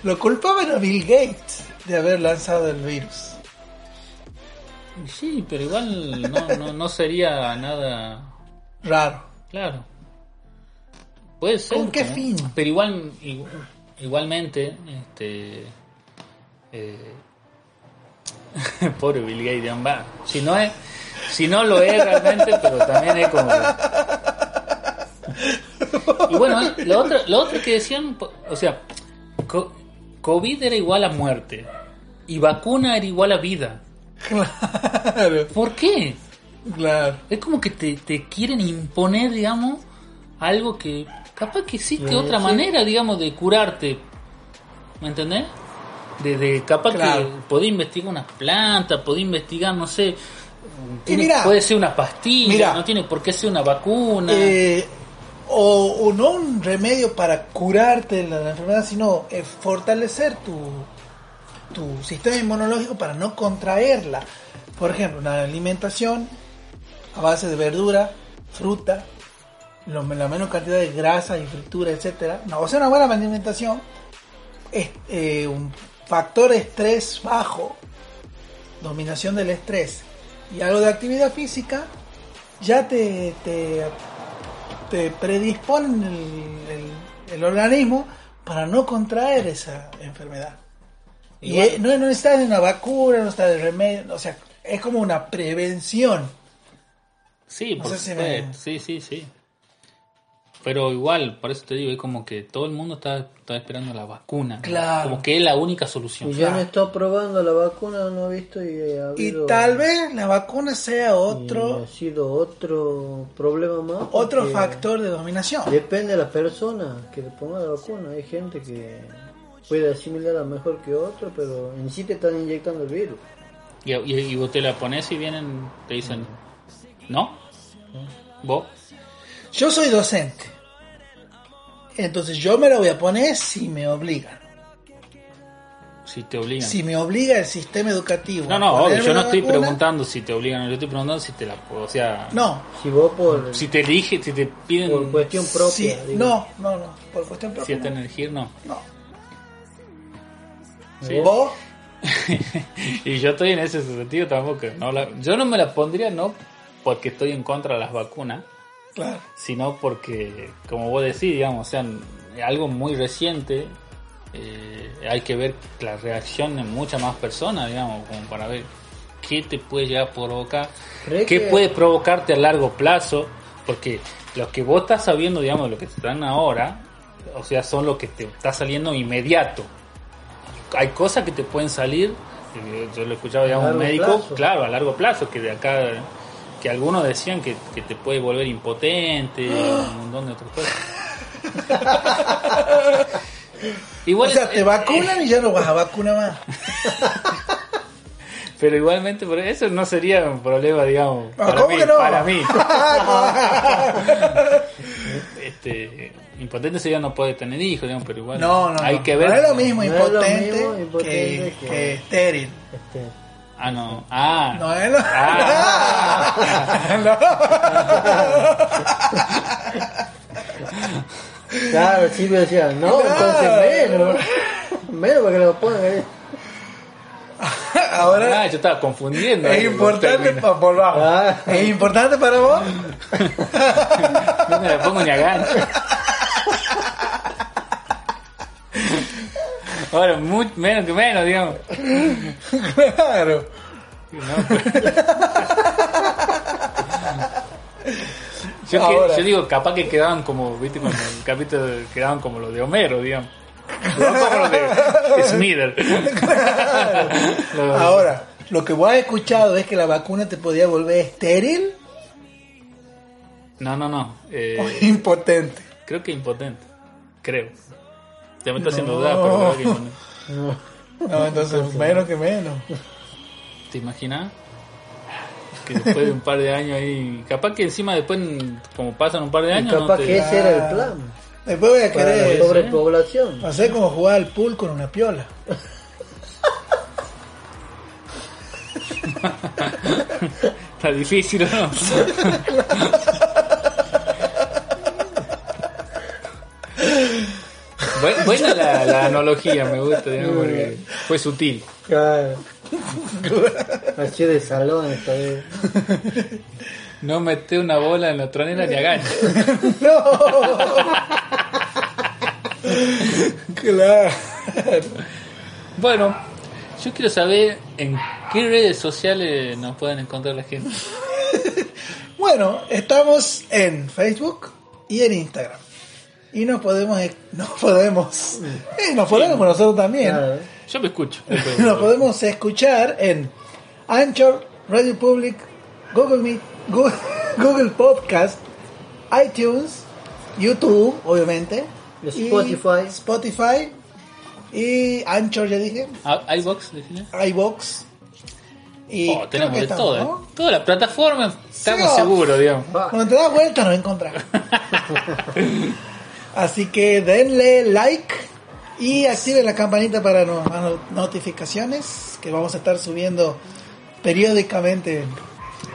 Speaker 1: lo culpaban a Bill Gates de haber lanzado el virus.
Speaker 2: Sí, pero igual no, no, no sería nada
Speaker 1: Raro.
Speaker 2: Claro. Puede ser.
Speaker 1: ¿Con qué
Speaker 2: ¿no?
Speaker 1: fin?
Speaker 2: Pero igual, igu- igualmente, este. eh, pobre Bill Gates, digamos, va. Si no es. Si no lo es realmente, pero también es como. que- Y bueno, lo otro, lo otro que decían, po- o sea, co- COVID era igual a muerte y vacuna era igual a vida.
Speaker 1: Claro,
Speaker 2: ¿Por qué?
Speaker 1: claro.
Speaker 2: Es como que te, te quieren imponer, digamos, algo que capaz que
Speaker 1: Eh,
Speaker 2: existe otra manera, digamos, de curarte. ¿Me entendés? De, de- capaz
Speaker 1: Claro.
Speaker 2: que podés investigar unas plantas, podés investigar, no sé. tiene-
Speaker 1: mirá.
Speaker 2: puede ser una pastilla,
Speaker 1: Mirá.
Speaker 2: no tiene por qué ser una vacuna.
Speaker 1: Eh, o, o no un remedio para curarte la, la enfermedad, sino eh, fortalecer tu, tu sistema inmunológico para no contraerla. Por ejemplo, una alimentación a base de verdura, fruta, lo- la menos cantidad de grasa y fritura, etcétera. No, o sea, una buena alimentación, es, eh, un factor de estrés bajo, dominación del estrés y algo de actividad física, ya te, te, te predisponen el, el- el organismo para no contraer esa enfermedad. Y
Speaker 2: Igual.
Speaker 1: eh, no, no está de una vacuna, no está de remedio, o sea, es como una prevención.
Speaker 2: Sí,
Speaker 1: No
Speaker 2: por
Speaker 1: sé si
Speaker 2: supuesto.
Speaker 1: me-
Speaker 2: Sí, sí, sí. Pero igual, por eso te digo, es como que todo el mundo está, está esperando la vacuna.
Speaker 1: Claro.
Speaker 2: Como que es la única solución.
Speaker 4: Y ya no está probando la vacuna, no he visto y ha
Speaker 1: Y
Speaker 4: habido-
Speaker 1: tal vez la vacuna sea
Speaker 4: y
Speaker 1: otro,
Speaker 4: ha sido otro problema más.
Speaker 1: otro
Speaker 4: porque
Speaker 1: factor de dominación.
Speaker 4: Depende de la persona que le ponga la vacuna. Hay gente que puede asimilarla mejor que otro, pero en sí te están inyectando el virus.
Speaker 2: Y, y, y vos te la pones y vienen, te dicen, ¿no? ¿Vos?
Speaker 1: Yo soy docente. Entonces yo me la voy a poner si me obligan.
Speaker 2: Si te obligan.
Speaker 1: Si me obliga el sistema educativo.
Speaker 2: no,
Speaker 1: a
Speaker 2: no, obvio,
Speaker 1: ponerme
Speaker 2: yo no
Speaker 1: la
Speaker 2: estoy
Speaker 1: vacuna,
Speaker 2: preguntando si te obligan, yo estoy preguntando si te la... O sea,
Speaker 1: No,
Speaker 4: Si vos por,
Speaker 2: si te elige, si te piden...
Speaker 4: por cuestión propia.
Speaker 1: sí,
Speaker 4: digo.
Speaker 1: no, no, no, por cuestión
Speaker 2: si
Speaker 1: propia.
Speaker 2: te elegir, no.
Speaker 1: no.
Speaker 2: Sí.
Speaker 1: Vos,
Speaker 2: y yo estoy en ese sentido tampoco. No la- yo no me la pondría, no porque estoy en contra de las vacunas,
Speaker 1: Claro.
Speaker 2: sino porque, como vos decís, digamos, o sea, algo muy reciente, eh, hay que ver la reacción de muchas más personas, digamos, como para ver qué te puede llegar a provocar,
Speaker 4: ¿Crees
Speaker 2: qué
Speaker 4: que-
Speaker 2: puede provocarte a largo plazo, porque los que vos estás sabiendo, digamos, lo que están ahora, o sea, son lo que te está saliendo inmediato. Hay cosas que te pueden salir, eh, yo lo he escuchado, digamos, un
Speaker 4: largo
Speaker 2: médico,
Speaker 4: plazo.
Speaker 2: claro, a largo plazo, que de acá, que algunos decían que, que te puede volver impotente, un montón de otras cosas. Igual,
Speaker 1: o sea, te
Speaker 2: eh,
Speaker 1: vacunan y ya no vas a vacunar más.
Speaker 2: Pero igualmente, pero eso no sería un problema, digamos,
Speaker 1: Ah,
Speaker 2: para
Speaker 1: ¿cómo
Speaker 2: mí.
Speaker 1: que no?
Speaker 2: Para mí. este, impotente sería no poder tener hijos, digamos, pero igual
Speaker 1: No, no,
Speaker 2: hay
Speaker 1: no.
Speaker 2: que ver.
Speaker 1: No es lo mismo
Speaker 4: No es lo
Speaker 1: impotente,
Speaker 4: mismo impotente que-
Speaker 1: que, que estéril.
Speaker 4: Este,
Speaker 2: Ah, no. Ah.
Speaker 1: No es lo
Speaker 4: claro, el Silvio decía, no, entonces menos. menos para que lo pongan ahí.
Speaker 1: Ahora
Speaker 2: Ah, yo estaba confundiendo.
Speaker 1: es
Speaker 2: los
Speaker 1: importante
Speaker 2: términos.
Speaker 1: para volvamos.
Speaker 4: Ah.
Speaker 1: Es importante para vos.
Speaker 2: No me la pongo ni a gancho. Ahora, mu- menos que menos, digamos.
Speaker 1: Claro.
Speaker 2: pues. Yo, que-
Speaker 1: Ahora.
Speaker 2: yo digo, capaz que quedaban como, viste, cuando en el capítulo quedaban como los de Homero, digamos. No como los de Smither. Los-
Speaker 1: Ahora, lo que vos has escuchado es que la vacuna te podía volver estéril
Speaker 2: No, no, no.
Speaker 1: o
Speaker 2: Eh,
Speaker 1: impotente.
Speaker 2: creo que impotente. Creo. Ya me está haciendo dudar, pero creo que impotente.
Speaker 1: No, entonces menos que menos.
Speaker 2: ¿Te imaginas? Que después de un par de años ahí. Capaz que encima después, como pasan un par de años. no
Speaker 4: Capaz
Speaker 2: te-
Speaker 4: que ese era el plan.
Speaker 1: Después voy a
Speaker 4: Para la
Speaker 1: querer
Speaker 4: sobrepoblación.
Speaker 1: hacer como jugar al pool con una piola.
Speaker 2: Está difícil, ¿no? Bu- Buena la, la analogía, me gusta, digamos, porque fue sutil.
Speaker 4: Claro. Así de salón esta vez.
Speaker 2: No meté una bola en la tronera ni a gancho.
Speaker 1: Claro.
Speaker 2: Bueno, yo quiero saber en qué redes sociales nos pueden encontrar la gente.
Speaker 1: Bueno, estamos en Facebook y en Instagram. Y nos podemos, e- nos podemos, eh, nos podemos nosotros también.
Speaker 4: Claro.
Speaker 2: Yo me escucho. después.
Speaker 1: Nos podemos escuchar en Anchor, Radio Public, Google Meet, Google, Google Podcast, iTunes, YouTube, obviamente.
Speaker 4: Y
Speaker 1: y
Speaker 4: Spotify.
Speaker 1: Spotify. Y Anchor, ya dije.
Speaker 2: Ah, iBox, decime.
Speaker 1: iBox. Y
Speaker 2: Oh,
Speaker 1: creo
Speaker 2: tenemos
Speaker 1: que
Speaker 2: de
Speaker 1: estamos,
Speaker 2: todo, ¿eh?
Speaker 1: ¿no?
Speaker 2: Toda la plataforma, estamos
Speaker 1: oh.
Speaker 2: seguros, digamos.
Speaker 1: Cuando te das vuelta nos encontrás. Así que denle like y activen la campanita para no- las no- notificaciones que vamos a estar subiendo periódicamente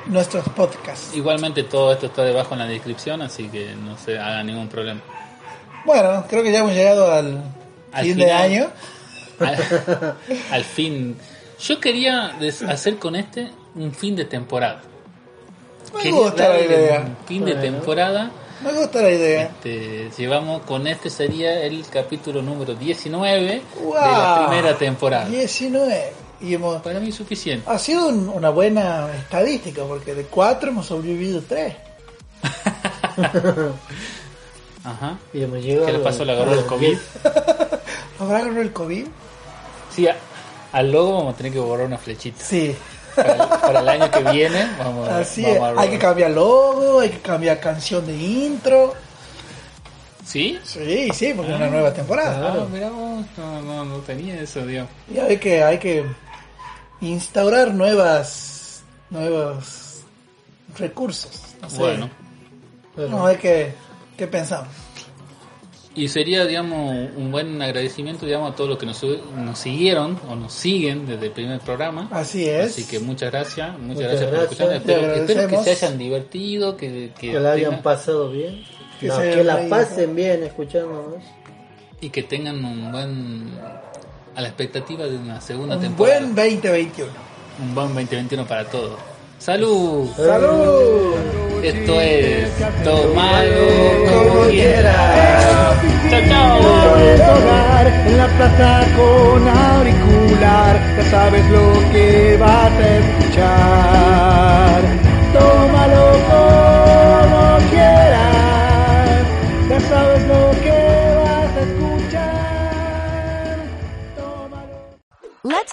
Speaker 1: nuestros podcasts.
Speaker 2: Igualmente todo esto está debajo en la descripción, así que no se haga ningún problema.
Speaker 1: Bueno, creo que ya hemos llegado al,
Speaker 2: Al
Speaker 1: fin
Speaker 2: final.
Speaker 1: de año.
Speaker 2: Al, al fin. Yo quería des- hacer con este un fin de temporada.
Speaker 1: Me
Speaker 2: Quería
Speaker 1: gusta la
Speaker 2: darle
Speaker 1: idea.
Speaker 2: Un fin de temporada.
Speaker 1: Me gusta la idea.
Speaker 2: Este, llevamos con este sería el capítulo número 19 de la
Speaker 1: Guau.
Speaker 2: primera temporada.
Speaker 1: 19. Y hemos,
Speaker 2: Para mí es suficiente.
Speaker 1: ha sido un- una buena estadística porque de 4 hemos sobrevivido 3.
Speaker 2: Ajá.
Speaker 4: Y hemos
Speaker 2: ¿Qué
Speaker 4: llegado.
Speaker 2: le pasó? Le agarró el COVID.
Speaker 1: ¿Habrá agarrado el COVID?
Speaker 2: Sí, a- al logo vamos a tener que borrar una flechita.
Speaker 1: Sí.
Speaker 2: Para, para el año que viene vamos, a-
Speaker 1: Así
Speaker 2: vamos
Speaker 1: es,
Speaker 2: a
Speaker 1: Ah, hay que cambiar logo, hay que cambiar canción de intro.
Speaker 2: ¿Sí?
Speaker 1: Sí, sí, porque es una nueva temporada.
Speaker 2: Ah, mirá vos, no, no, no tenía eso, digamos.
Speaker 1: Y hay que, hay que instaurar nuevas, nuevos recursos. no sé.
Speaker 2: Bueno,
Speaker 1: no hay que, ¿qué pensamos?
Speaker 2: y sería, digamos, un buen agradecimiento, digamos, a todos los que nos, su- nos siguieron o nos siguen desde el primer programa.
Speaker 1: Así es.
Speaker 2: Así que muchas gracias,
Speaker 4: Muchas
Speaker 2: muchas, gracias por
Speaker 4: gracias,
Speaker 2: escucharnos.
Speaker 1: te
Speaker 2: Espero, espero que
Speaker 1: agradecemos.
Speaker 2: se hayan divertido, que, que
Speaker 4: Que la hayan
Speaker 2: tengan-
Speaker 4: pasado bien.
Speaker 1: Que
Speaker 4: No,
Speaker 1: se
Speaker 4: que la
Speaker 1: hayan
Speaker 4: pasen bien escuchándonos.
Speaker 2: y que tengan un buen a la expectativa de una segunda
Speaker 1: un
Speaker 2: temporada.
Speaker 1: buen 2021.
Speaker 2: Un buen 2021 para todos. Salud.
Speaker 1: ¡Salud!
Speaker 5: Salud,
Speaker 2: Esto es
Speaker 5: Como
Speaker 2: Tomado como
Speaker 5: quieras.
Speaker 2: quieras. Chao, chao.
Speaker 5: Sabes hogar en la plaza con auricular, ya sabes lo que vas a escuchar. Tómalo como quieras, ya sabes lo que vas a escuchar. Tómalo.
Speaker 6: Let's